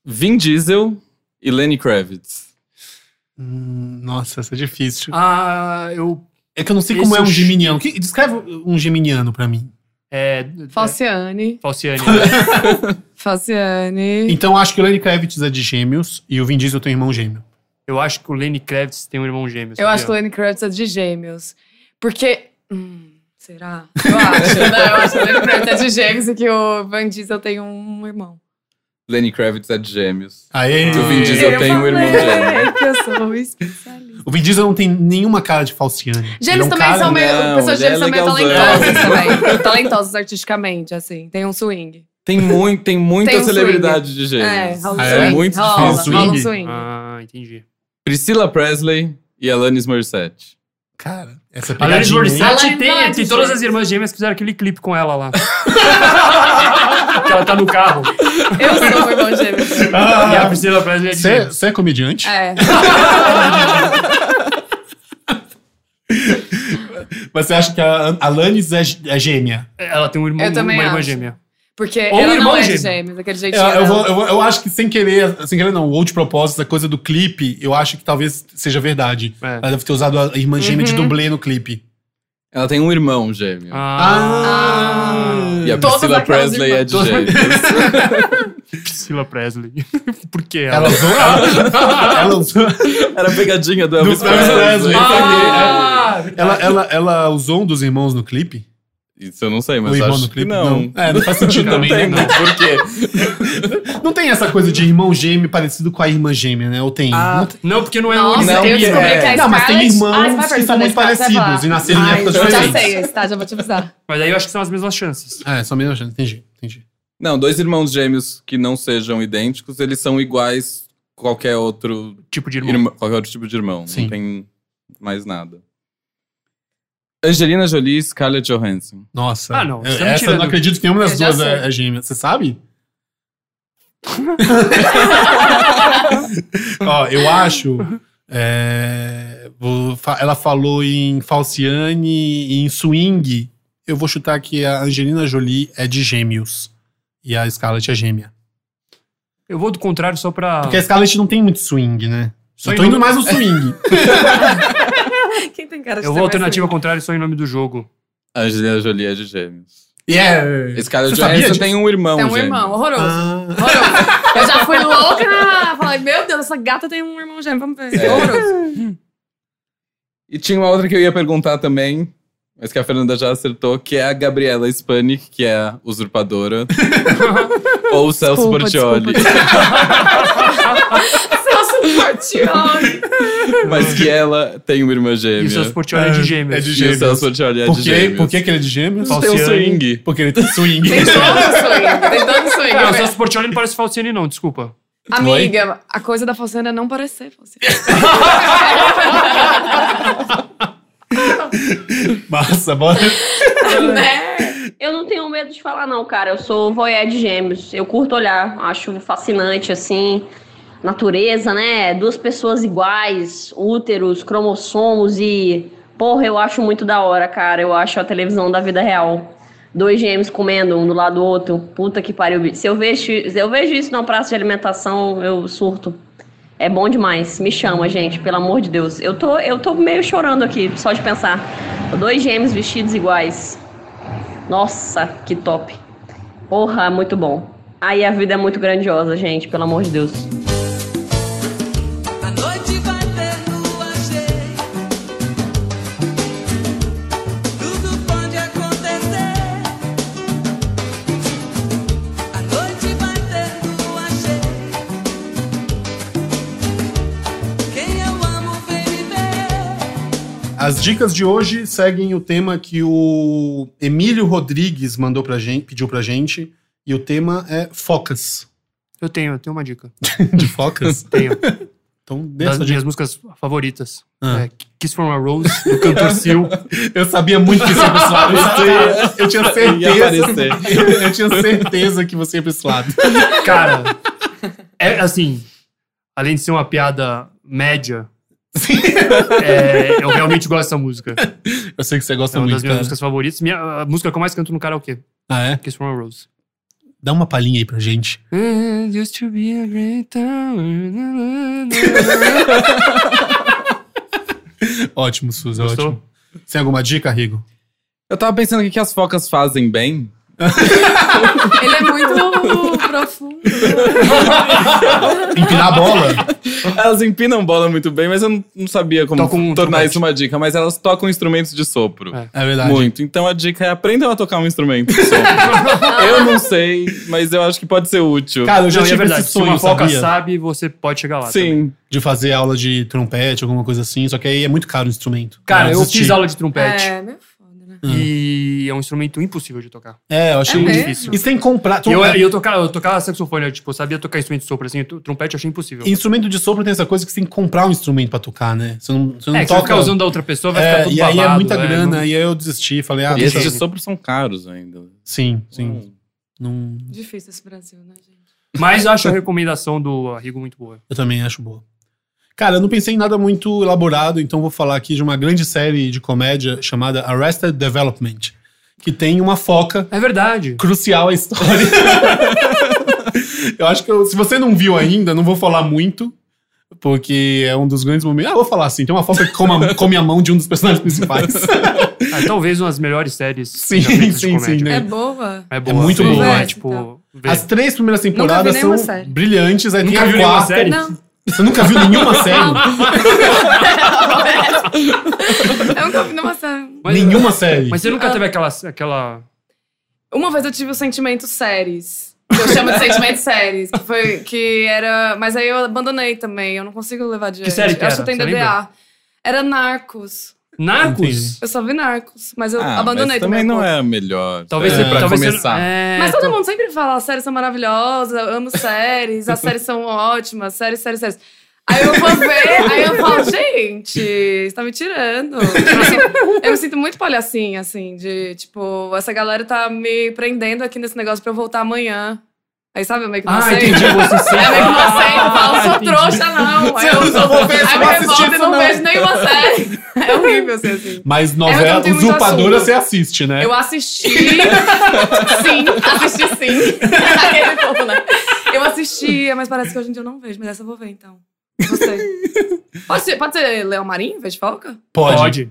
Vin Diesel e Lenny Kravitz. Hum, Nossa, essa é difícil. Ah, eu... É que eu não sei Esse como é eu um ch- geminiano. Que- descreve um geminiano pra mim. É, Falciane. é, Falciane. Falciane. Então acho que o Lenny Kravitz é de gêmeos e o Vin Diesel tem irmão gêmeo. Eu acho que o Lenny Kravitz tem um irmão gêmeo. Eu sabia? acho que o Lenny Kravitz é de gêmeos. Porque. hum, será? Eu acho, né? Eu acho que o Lenny Kravitz é de gêmeos e que o Van Diesel tem um irmão. Lenny Kravitz é de gêmeos. Aê! O Vin Diesel tem um irmão gêmeo. É que eu sou especialista. O Vin Diesel não tem nenhuma cara de falciane. Ele é Gêmeos um também cara- são meio. Não, pessoas ele é gêmeos são meio legalzão. talentosas também. Talentosos artisticamente, assim. Tem um swing. Tem, muito, tem muita Tem um celebridade de É, gêmeos. rola um Ah, é? swing. muito rola, difícil. Rola um Swing? swing. Ah, entendi. Priscila Presley e Alanis Morissette. Cara, essa A Alanis pegadinha... hein? Morissette Alanis tem, tem Morissette. todas as irmãs gêmeas que fizeram aquele clipe com ela lá. que ela tá no carro. Eu sou o irmão gêmeo. Ah. E a Priscila Presley é de Você gêmeos. você é comediante? É. Mas você acha que a Alanis é, é gêmea? Ela tem um irmão, é Eu também um uma irmã acho. gêmea. Porque Ou ela irmão não é de gêmeo. gêmeos, daquele Eu, jeitinho. eu, dela. vou- eu vou- eu acho que sem querer, sem querer não, ou de propósito, essa coisa do clipe, eu acho que talvez seja verdade. É. Ela deve ter usado a irmã gêmea de dublê no clipe. Ela tem um irmão gêmeo. Ah! e a Todas Priscila aquelas Presley é de irmãs. gêmeos. Priscila Presley. Por que ela? Ela usou. ela usou. Era a pegadinha do Elvis Do Elvis Presley. Presley. né? Ah! Ela, ela- ela usou um dos irmãos no clipe? Isso eu não sei, mas o irmão acho no clipe? que não. É, não faz sentido Não também, tem, né? não. Por quê? Não tem essa coisa de irmão gêmeo parecido com a irmã gêmea, né? Ou tem? não, tem. Não, porque não é Nossa, Não, eu e descobri é- que a Não, mas tem Scarlett- irmãos Ah, você vai que perguntar são muito da Scarlett, você vai parecidos falar. e nasceram em Ai, épocas Eu já diferentes. sei esse, tá? Já vou te avisar. É. Mas aí eu acho que são as mesmas chances. É, só mesmo, entendi, entendi. Não, dois irmãos gêmeos que não sejam idênticos, eles são iguais qualquer outro Tipo de irmão. irmão. qualquer outro tipo de irmão. Sim. Não tem mais nada. Angelina Jolie e Scarlett Johansson. Nossa. Ah, não, Eu- você tá me Essa eu não tirando. acredito que nenhuma das Eu já duas sei. é, é gêmea. Você sabe? Ó, eu acho. é, vou fa- ela falou em Falciane e em Swing. Eu vou chutar que a Angelina Jolie é de gêmeos. E a Scarlett é gêmea. Eu vou do contrário só pra. Porque a Scarlett não tem muito swing, né? Só eu tô em- indo mais no swing. Quem tem cara de Eu vou ser mais assim? alternativa ao contrário só em nome do jogo. Angelina Jolie é de gêmeos. É. yeah. Scarlett Você sabia Johansson disso? tem um irmão ruim? Tem um gêmeo. irmão, horroroso. Ah, Horroroso. Eu já fui louca. Falei, meu Deus, essa gata tem um irmão gêmeo. Vamos ver. É. Horroroso. E tinha uma outra que eu ia perguntar também, mas que a Fernanda já acertou, que é a Gabriela Spanik, que é a usurpadora. Ou É o Celso Desculpa, Portioli. Celso Portioli. Mas que ela tem uma irmã E gêmea. o seu Sportioli é de gêmeos. É de E o gêmeos. Celso Portioli é Por, de quê? gêmeos. Por que que ele é de gêmeos? Tem um Falciane. swing. Porque ele tem swing. Tem todo swing. Tem todo swing. né? Não, o seu Sportioli não parece Falciane, não, desculpa. Amiga, a coisa da Falciana é não parecer Falciana. Massa, bora. né? Eu não tenho medo de falar, não, cara. Eu sou voyeur de gêmeos. Eu curto olhar, acho fascinante, assim. Natureza, né? Duas pessoas iguais, úteros, cromossomos e. Porra, eu acho muito da hora, cara. Eu acho a televisão da vida real. Dois gêmeos comendo um do lado do outro. Puta que pariu. bicho. Se eu vejo, se eu vejo isso numa praça de alimentação, eu surto. É bom demais. Me chama, gente, pelo amor de Deus. Eu tô, eu tô meio chorando aqui, só de pensar. Dois gêmeos vestidos iguais. Nossa, que top. Porra, é muito bom. Aí a vida é muito grandiosa, gente, pelo amor de Deus. A noite vai ter lua cheia. Tudo pode acontecer. A noite vai ter lua cheia. Quem eu amo vem me ver. As dicas de hoje seguem o tema que o Emílio Rodrigues mandou pra gente, pediu pra gente. E o tema é focas. Eu tenho, eu tenho uma dica. De focas? Tenho. Então, dê Das essa dica. minhas músicas favoritas. Ah. É, Kiss from a Rose, do cantor Seal. Eu sabia muito que você ia pra esse lado. Eu, eu tinha Ia certeza. aparecer. Eu tinha certeza que você ia pra esse lado. Cara, é assim, além de ser uma piada média, é, eu realmente gosto dessa música. Eu sei que você gosta É uma muito. das minhas cara. músicas favoritas. Minha, a música que eu mais canto no karaokê, Ah, é? Kiss from a Rose. Dá uma palhinha aí pra gente. It used to be a great town. Ótimo, Suza, Gostou? ótimo. Tem alguma dica, Rigo? Eu tava pensando o que que as focas fazem bem. Ele é muito profundo. Empinar a bola? Elas empinam bola muito bem, mas eu não- não sabia como Tocam um tornar trompete. isso uma dica. Mas elas tocam instrumentos de sopro. É. É verdade. Muito. Então a dica é aprendam a tocar um instrumento de sopro. eu não sei, mas eu acho que pode ser útil. Cara, eu já Não, e é tive verdade, esse se uma sonho, foca sabia? sabe, você pode chegar lá. também. Sim. De fazer aula de trompete, alguma coisa assim. Só que aí é muito caro o instrumento. Cara, eu desisti. fiz aula de trompete. É, meu foda, né? Hum. E é um instrumento impossível de tocar. É, eu achei É muito mesmo? difícil. E sem comprar... é, E eu, é, trompete- e eu, tocava, eu tocava saxofone, eu, tipo, eu sabia tocar instrumento de sopro, assim, tr- trompete eu achei impossível. Instrumento de sopro tem essa coisa que você tem que comprar um instrumento pra tocar, né? Você não, você não é, que se toca... você ficar usando da outra pessoa, vai É, ficar tudo e aí é babado, muita né? grana. Não- E aí eu desisti. Falei, ah, E deixa... esses de eu- Hum. sopro são caros ainda. Sim, sim. Hum. Não, Difícil esse Brasil, né, gente? Mas eu acho a recomendação do Arrigo muito boa. eu também acho boa. Cara, eu não pensei em nada muito elaborado, então vou falar aqui de uma grande série de comédia chamada Arrested Development. que tem uma foca É verdade. crucial à história. eu acho que eu- se você não viu ainda, não vou falar muito, porque é um dos grandes momentos. Ah, vou falar assim: tem uma foca que come a, come a mão de um dos personagens principais. Ah, talvez uma das melhores séries Sim, já feitas de sim, comédia. sim, né? É boa. É, boa, muito sim, boa. É, É, tipo, vê. As três primeiras Nunca temporadas vi nenhuma são série. brilhantes. Aí Nunca tem a viu nenhuma quarta. série? Não. Você nunca viu nenhuma série? Eu nunca vi numa série. Mas- nenhuma série. Mas você nunca Ah. teve aquela... aquela... Uma vez eu tive o sentimento séries. que Eu chamo de sentimento séries. Que foi que era. Mas aí eu abandonei também. Eu não consigo levar adiante. série que Eu acho que era? eu tenho Você DDA. Era Narcos. Narcos? Eu só vi Narcos, mas eu Ah, abandonei mas também também. um não pouco. é a melhor. Talvez é, você... pra talvez você- começar. é, Mas to- todo mundo sempre fala, as séries são maravilhosas, eu amo séries, as séries são ótimas, séries, séries, séries. Aí eu vou ver, aí eu falo, gente, você tá me tirando. Eu me sinto, eu me sinto muito palhacinha, assim, de tipo, essa galera tá me prendendo aqui nesse negócio pra eu voltar amanhã. Aí sabe, eu meio que não Ah, aceito. entendi. Você Aí sempre... eu meio que não aceito, eu falo, Ah, sou entendi. trouxa, não. Aí eu, Eu não vou ver isso, aí eu não me assisti revolto e isso, não não. vejo nenhuma série. É horrível ser assim. Mas É, eu novela não tenho muito usurpadora assunto. você assiste, né? Eu assisti. sim, assisti sim. Aquele povo, né? Eu assistia, mas parece que hoje em dia eu não vejo, mas essa eu vou ver então. Gostei. Pode ser, pode ser Leão Marinho, em vez de Falca? Pode.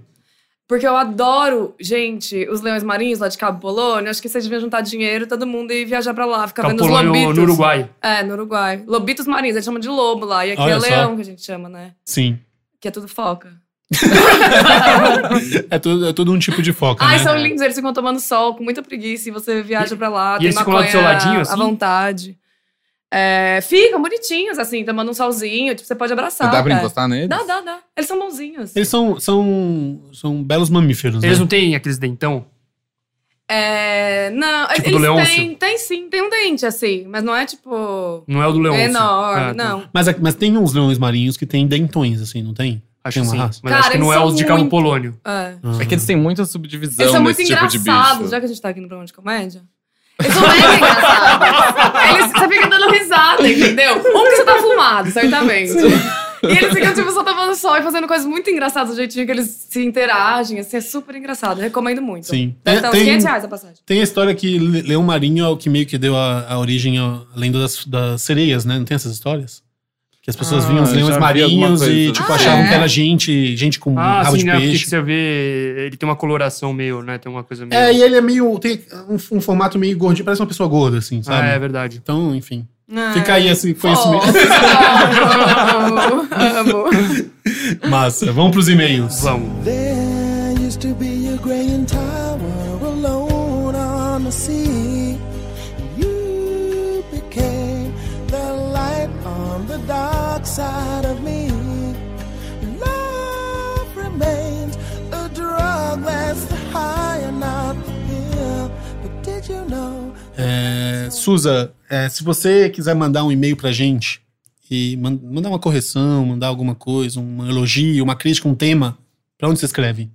Porque eu adoro, gente, os leões marinhos lá de Cabo Polônia. Acho que vocês deviam juntar dinheiro, todo mundo, e viajar pra lá, Tá ficar vendo os Capolônia lobitos. no Uruguai. É, no Uruguai. Lobitos marinhos, eles chamam de lobo lá. E aqui Olha é só. leão que a gente chama, né? Sim. Que é tudo foca. É todo, é todo um tipo de foca, Ai, né? são lindos, eles ficam tomando sol com muita preguiça e você viaja pra lá, e tem eles ficam lá do maconha seu ladinho, assim? à vontade. É, ficam bonitinhos, assim, tomando um solzinho, tipo, você pode abraçar. Dá pra cara. encostar nele? Dá, dá, dá. Eles são bonzinhos. Eles são, são, são belos mamíferos, Eles né? não têm aqueles dentão? É, não, Tipo do eles Leôncio? têm, tem sim, tem um dente, assim, mas não é, tipo, Não é o do leão. enorme, Ah, tá. não. Mas, é- mas tem uns leões marinhos que tem dentões, assim, não tem? Acho que Tem uma sim. raça. Mas Ah. acho Cara, que não eles é são os de Cabo muito- Polônio. É. É que eles têm muita subdivisão Eles são muito desse tipo de engraçados, bicho. já que a gente tá aqui no programa de comédia. Eles são mega engraçados. Eles, você fica dando risada, entendeu? Um que você tá fumado, certamente. E eles ficam, tipo, só tomando sol e fazendo coisas muito engraçadas, o jeitinho que eles se interagem, assim, é super engraçado. Eu recomendo muito. Sim. Deve É, estar tem- uns 500 reais a passagem. Tem a história que Le- Leão Marinho é o que meio que deu a, a origem à lenda das, das sereias, né? Não tem essas histórias? Que as pessoas Ah, viam os eu já leões vi marinhos alguma e coisa tipo, assim. achavam Ah, é? que era gente, gente com Ah, Hum, rabo sim, de né? Porque peixe. você vê... Ele tem uma coloração meio, né? Tem uma coisa meio... É, e ele é meio. tem um, um formato meio gordinho, parece uma pessoa gorda, assim, ah, sabe? é verdade. Então, enfim. Ah, Fica aí esse conhecimento. fofo. Amo, amo. Massa, vamos pros e-mails. Vamos. There used to be a gray and tower alone on the sea. You became the light on the dark side of me. Love remains a drug that's high and not the pill. But did you know? É, Suza, é, se você quiser mandar um e-mail pra gente e man- mandar uma correção, mandar alguma coisa, um elogio, uma crítica, um tema, pra onde você escreve?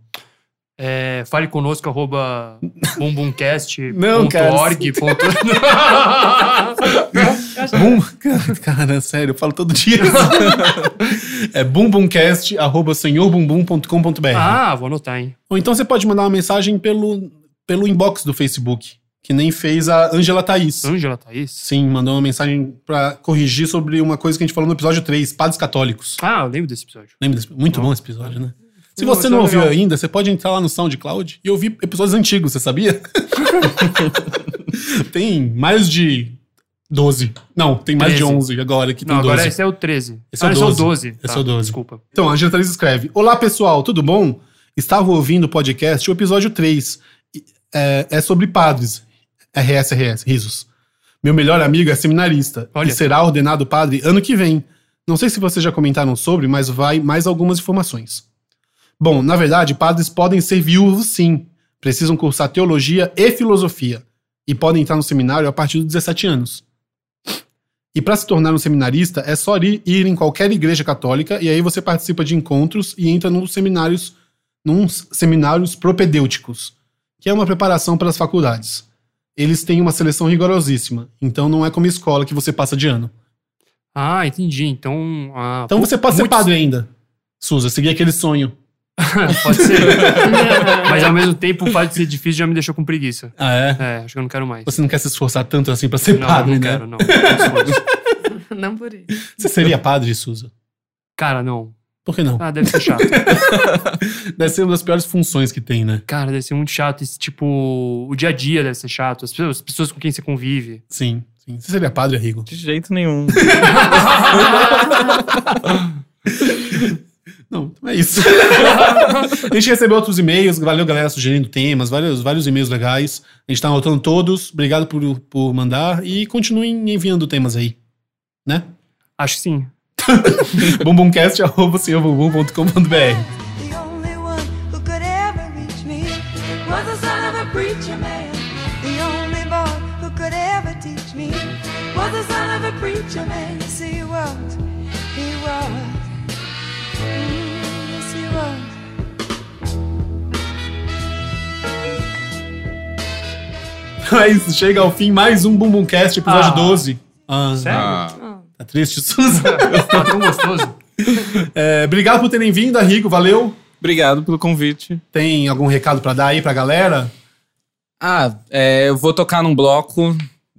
É, fale conosco, arroba Não, cara. bumbumcast.org. Boom... Cara, sério, eu falo todo dia. isso. é bumbumcast.senhorbumbum.com.br ah, vou anotar, hein. Ou então você pode mandar uma mensagem pelo, pelo inbox do Facebook, que nem fez a Angela Thaís. Ângela Thaís? Sim, mandou uma mensagem pra corrigir sobre uma coisa que a gente falou no episódio 3, padres católicos. Ah, eu lembro desse episódio. Lembra desse? Muito bom esse episódio, né? Se Não, você isso é não ouviu legal. ainda, você pode entrar lá no SoundCloud e ouvir episódios antigos, você sabia? tem mais de 12. Não, tem mais de 13. 11 agora que tem Não, 12. agora esse é o 13. Tipo, Esse é o Ah, 12. Esse Tá, é o 12. Desculpa. Então, a Angela Thaís escreve: Olá pessoal, tudo bom? Estava ouvindo o podcast, o episódio 3. e- É, é sobre padres. RS, RS, risos. Meu melhor amigo é seminarista Olha. e será ordenado padre ano que vem. Não sei se vocês já comentaram sobre, mas vai mais algumas informações. Bom, na verdade, padres podem ser viúvos sim. Precisam cursar teologia e filosofia. E podem entrar no seminário a partir dos 17 anos. E para se tornar um seminarista, é só ir, ir em qualquer igreja católica e aí você participa de encontros e entra nos seminários, nos seminários propedêuticos, que é uma preparação para as faculdades. Eles têm uma seleção rigorosíssima, então não é como escola que você passa de ano. Ah, entendi. Então... Ah, Então você pode ser muitos- padre ainda, Suza, seguir aquele sonho. Pode ser. Mas ao mesmo tempo, o fato de ser difícil já me deixou com preguiça. Ah, é? É, acho que eu não quero mais. Você não quer se esforçar tanto assim pra ser não, padre, não né? quero, não. Desculpa. Não por isso. Você seria padre, Suza? Cara, não. Por que não? Ah, deve ser chato. Deve ser uma das piores funções que tem, né? Cara, deve ser muito chato. Esse, tipo, o dia a dia deve ser chato. As pessoas, as pessoas com quem você convive. Sim, sim. Você seria padre, Rigo? De jeito nenhum. Não, então é isso. a gente recebeu outros e-mails, valeu galera sugerindo temas, vários, vários e-mails legais. A gente tá anotando todos, obrigado por, por mandar e continuem enviando temas aí, né? Acho que sim. bumbumcast.com.br The only one who could ever reach me was the son of a preacher man. The only boy who could ever teach me was the son of a preacher man. Yes, he was. He was. Mm, yes, he was. Então é isso, chega ao fim mais um Bumbumcast, episódio Ah. 12. Ah, Sério? Ah, tá triste, Susan? Tá tão gostoso. É, obrigado por terem vindo, Rigo, valeu. obrigado pelo convite. Tem algum recado pra dar aí pra galera? Ah, é, eu vou tocar num bloco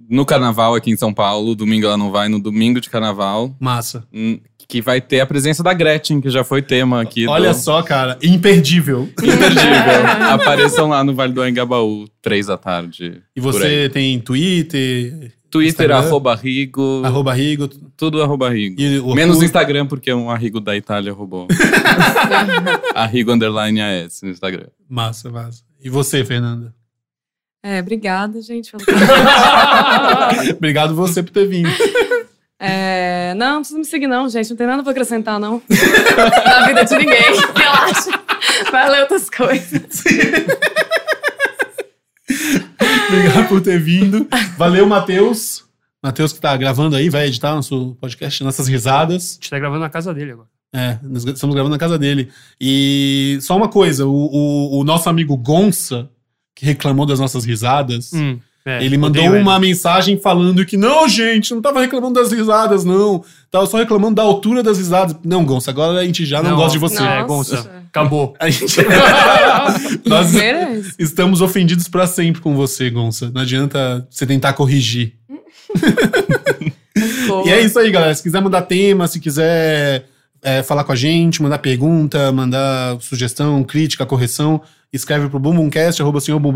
no carnaval aqui em São Paulo. Domingo ela não vai, no domingo de carnaval. Massa. hum, Que vai ter a presença da Gretchen, que já foi tema aqui. do- Olha só, cara, imperdível. Imperdível. Apareçam lá no Vale do Angabaú, três da tarde. E por aí. você tem Twitter, Twitter, Instagram? arroba Rigo. arroba Rigo. Tudo arroba Rigo. E o Menos Orkut. Instagram, porque um Arrigo da Itália roubou. Arrigo underline AS no Instagram. Massa, massa. E você, Fernanda? É, obrigada, gente. Pelo... Obrigado você por ter vindo. É, não, não precisa me seguir, não, gente. Não tem nada pra acrescentar, não. Na vida de ninguém. Relaxa. Vai ler outras coisas. Obrigado por ter vindo. Valeu, Matheus. Matheus que tá gravando aí, vai editar nosso podcast, nossas risadas. A gente tá gravando na casa dele agora. É, nós gra- estamos gravando na casa dele. E só uma coisa, o, o- o nosso amigo Gonça, que reclamou das nossas risadas, Hum, é, ele mandou odeio ele. uma mensagem falando que não, gente, não tava reclamando das risadas, não. Tava só reclamando da altura das risadas. Não, Gonça, agora a gente já não, gosta de você. É, Nossa. Gonça. Acabou. A gente... Nós Merece. estamos ofendidos pra sempre com você, Gonça. Não adianta você tentar corrigir. Boa. E é isso aí, galera. Se quiser mandar tema, se quiser é, falar com a gente, mandar pergunta, mandar sugestão, crítica, correção, escreve pro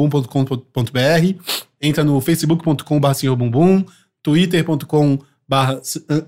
bumbumcast.com.br, entra no facebook.com.br senhorbumbum, twitter.com.br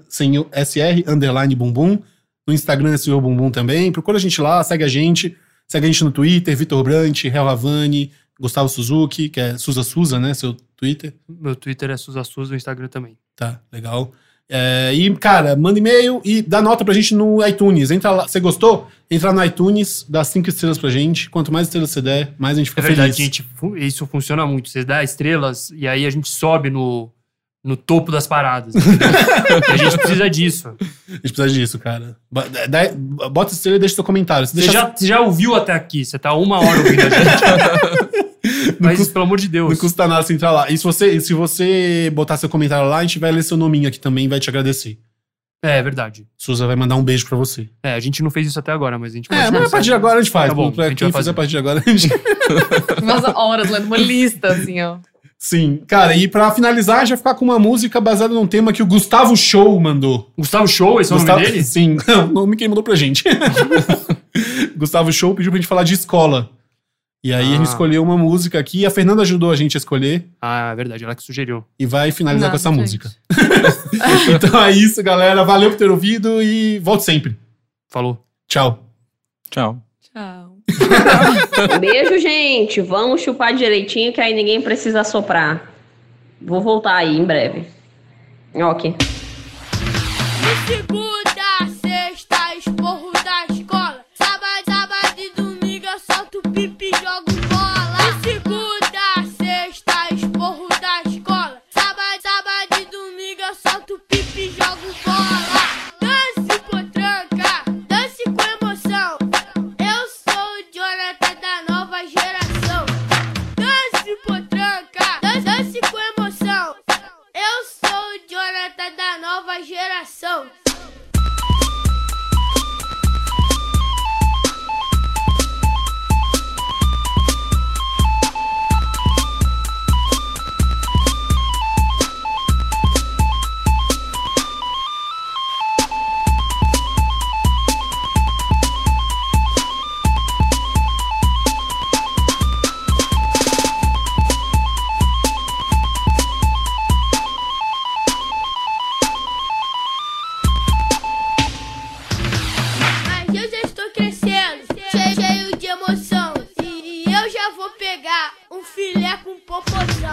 senhor- sr, underline bumbum, no Instagram é senhor bumbum também. Procura a gente lá, segue a gente. Segue a gente no Twitter, Vitor Brant, Hel Havani, Gustavo Suzuki, que é Suza Suza, né? Seu Twitter. Meu Twitter é Suza Suza, o Instagram também. Tá, legal. É, e, cara, manda e-mail e dá nota pra gente no iTunes. Entra lá. Você gostou? Entra no iTunes, dá cinco estrelas pra gente. Quanto mais estrelas você der, mais a gente É fica verdade, feliz. gente. fu- Isso funciona muito. Você dá estrelas e aí a gente sobe no, no topo das paradas. entendeu? E a gente precisa disso. A gente precisa disso, cara. Ba- dá- dá- Bota estrela e deixa seu comentário. Se Você deixar- já, você já ouviu até aqui. Você tá uma hora ouvindo a gente. Mas, custa- pelo amor de Deus. Não custa nada você entrar lá. E se você, se você botar seu comentário lá, a gente vai ler seu nominho aqui também e vai te agradecer. É, é verdade. Suza vai mandar um beijo pra você. É, a gente não fez isso até agora, mas a gente É, mas a começar. partir de agora a gente faz. Tá bom, pra a gente quem vai fizer fazer. a partir de agora, a gente Nossa, horas lendo uma lista, assim, ó. Sim, cara, e pra finalizar, a gente vai ficar com uma música baseada num tema que o Gustavo Show mandou. Gustavo Show, esse é o Gustavo, nome dele? Sim, não, o nome que ele mandou pra gente. Gustavo Show pediu pra gente falar de escola. E aí Ah. ele escolheu uma música aqui, a Fernanda ajudou a gente a escolher Ah, é verdade, ela que sugeriu. e vai finalizar Nada, com essa gente. música. Então é isso, galera. Valeu por ter ouvido e volte sempre. Falou. Tchau. Tchau. Tchau. Beijo, gente. Vamos chupar direitinho que aí ninguém precisa soprar. Vou voltar aí em breve. Ok. De segunda a sexta, esporro da escola. Sábado, sábado e domingo eu solto pipi e jogo bola. De segunda a sexta, esporro da escola. Sábado, sábado e domingo eu solto pipi e jogo bola. Dance potranca, dance com emoção. Eu sou o Jonathan da nova geração. Dance potranca, dan- dance com emoção. Eu sou o Jonathan da nova geração. um filé com popozão.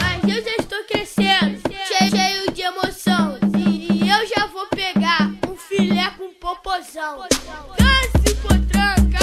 Mas eu já estou crescendo, che- cheio de emoção. E eu já vou pegar um filé com popozão. Dance potranca,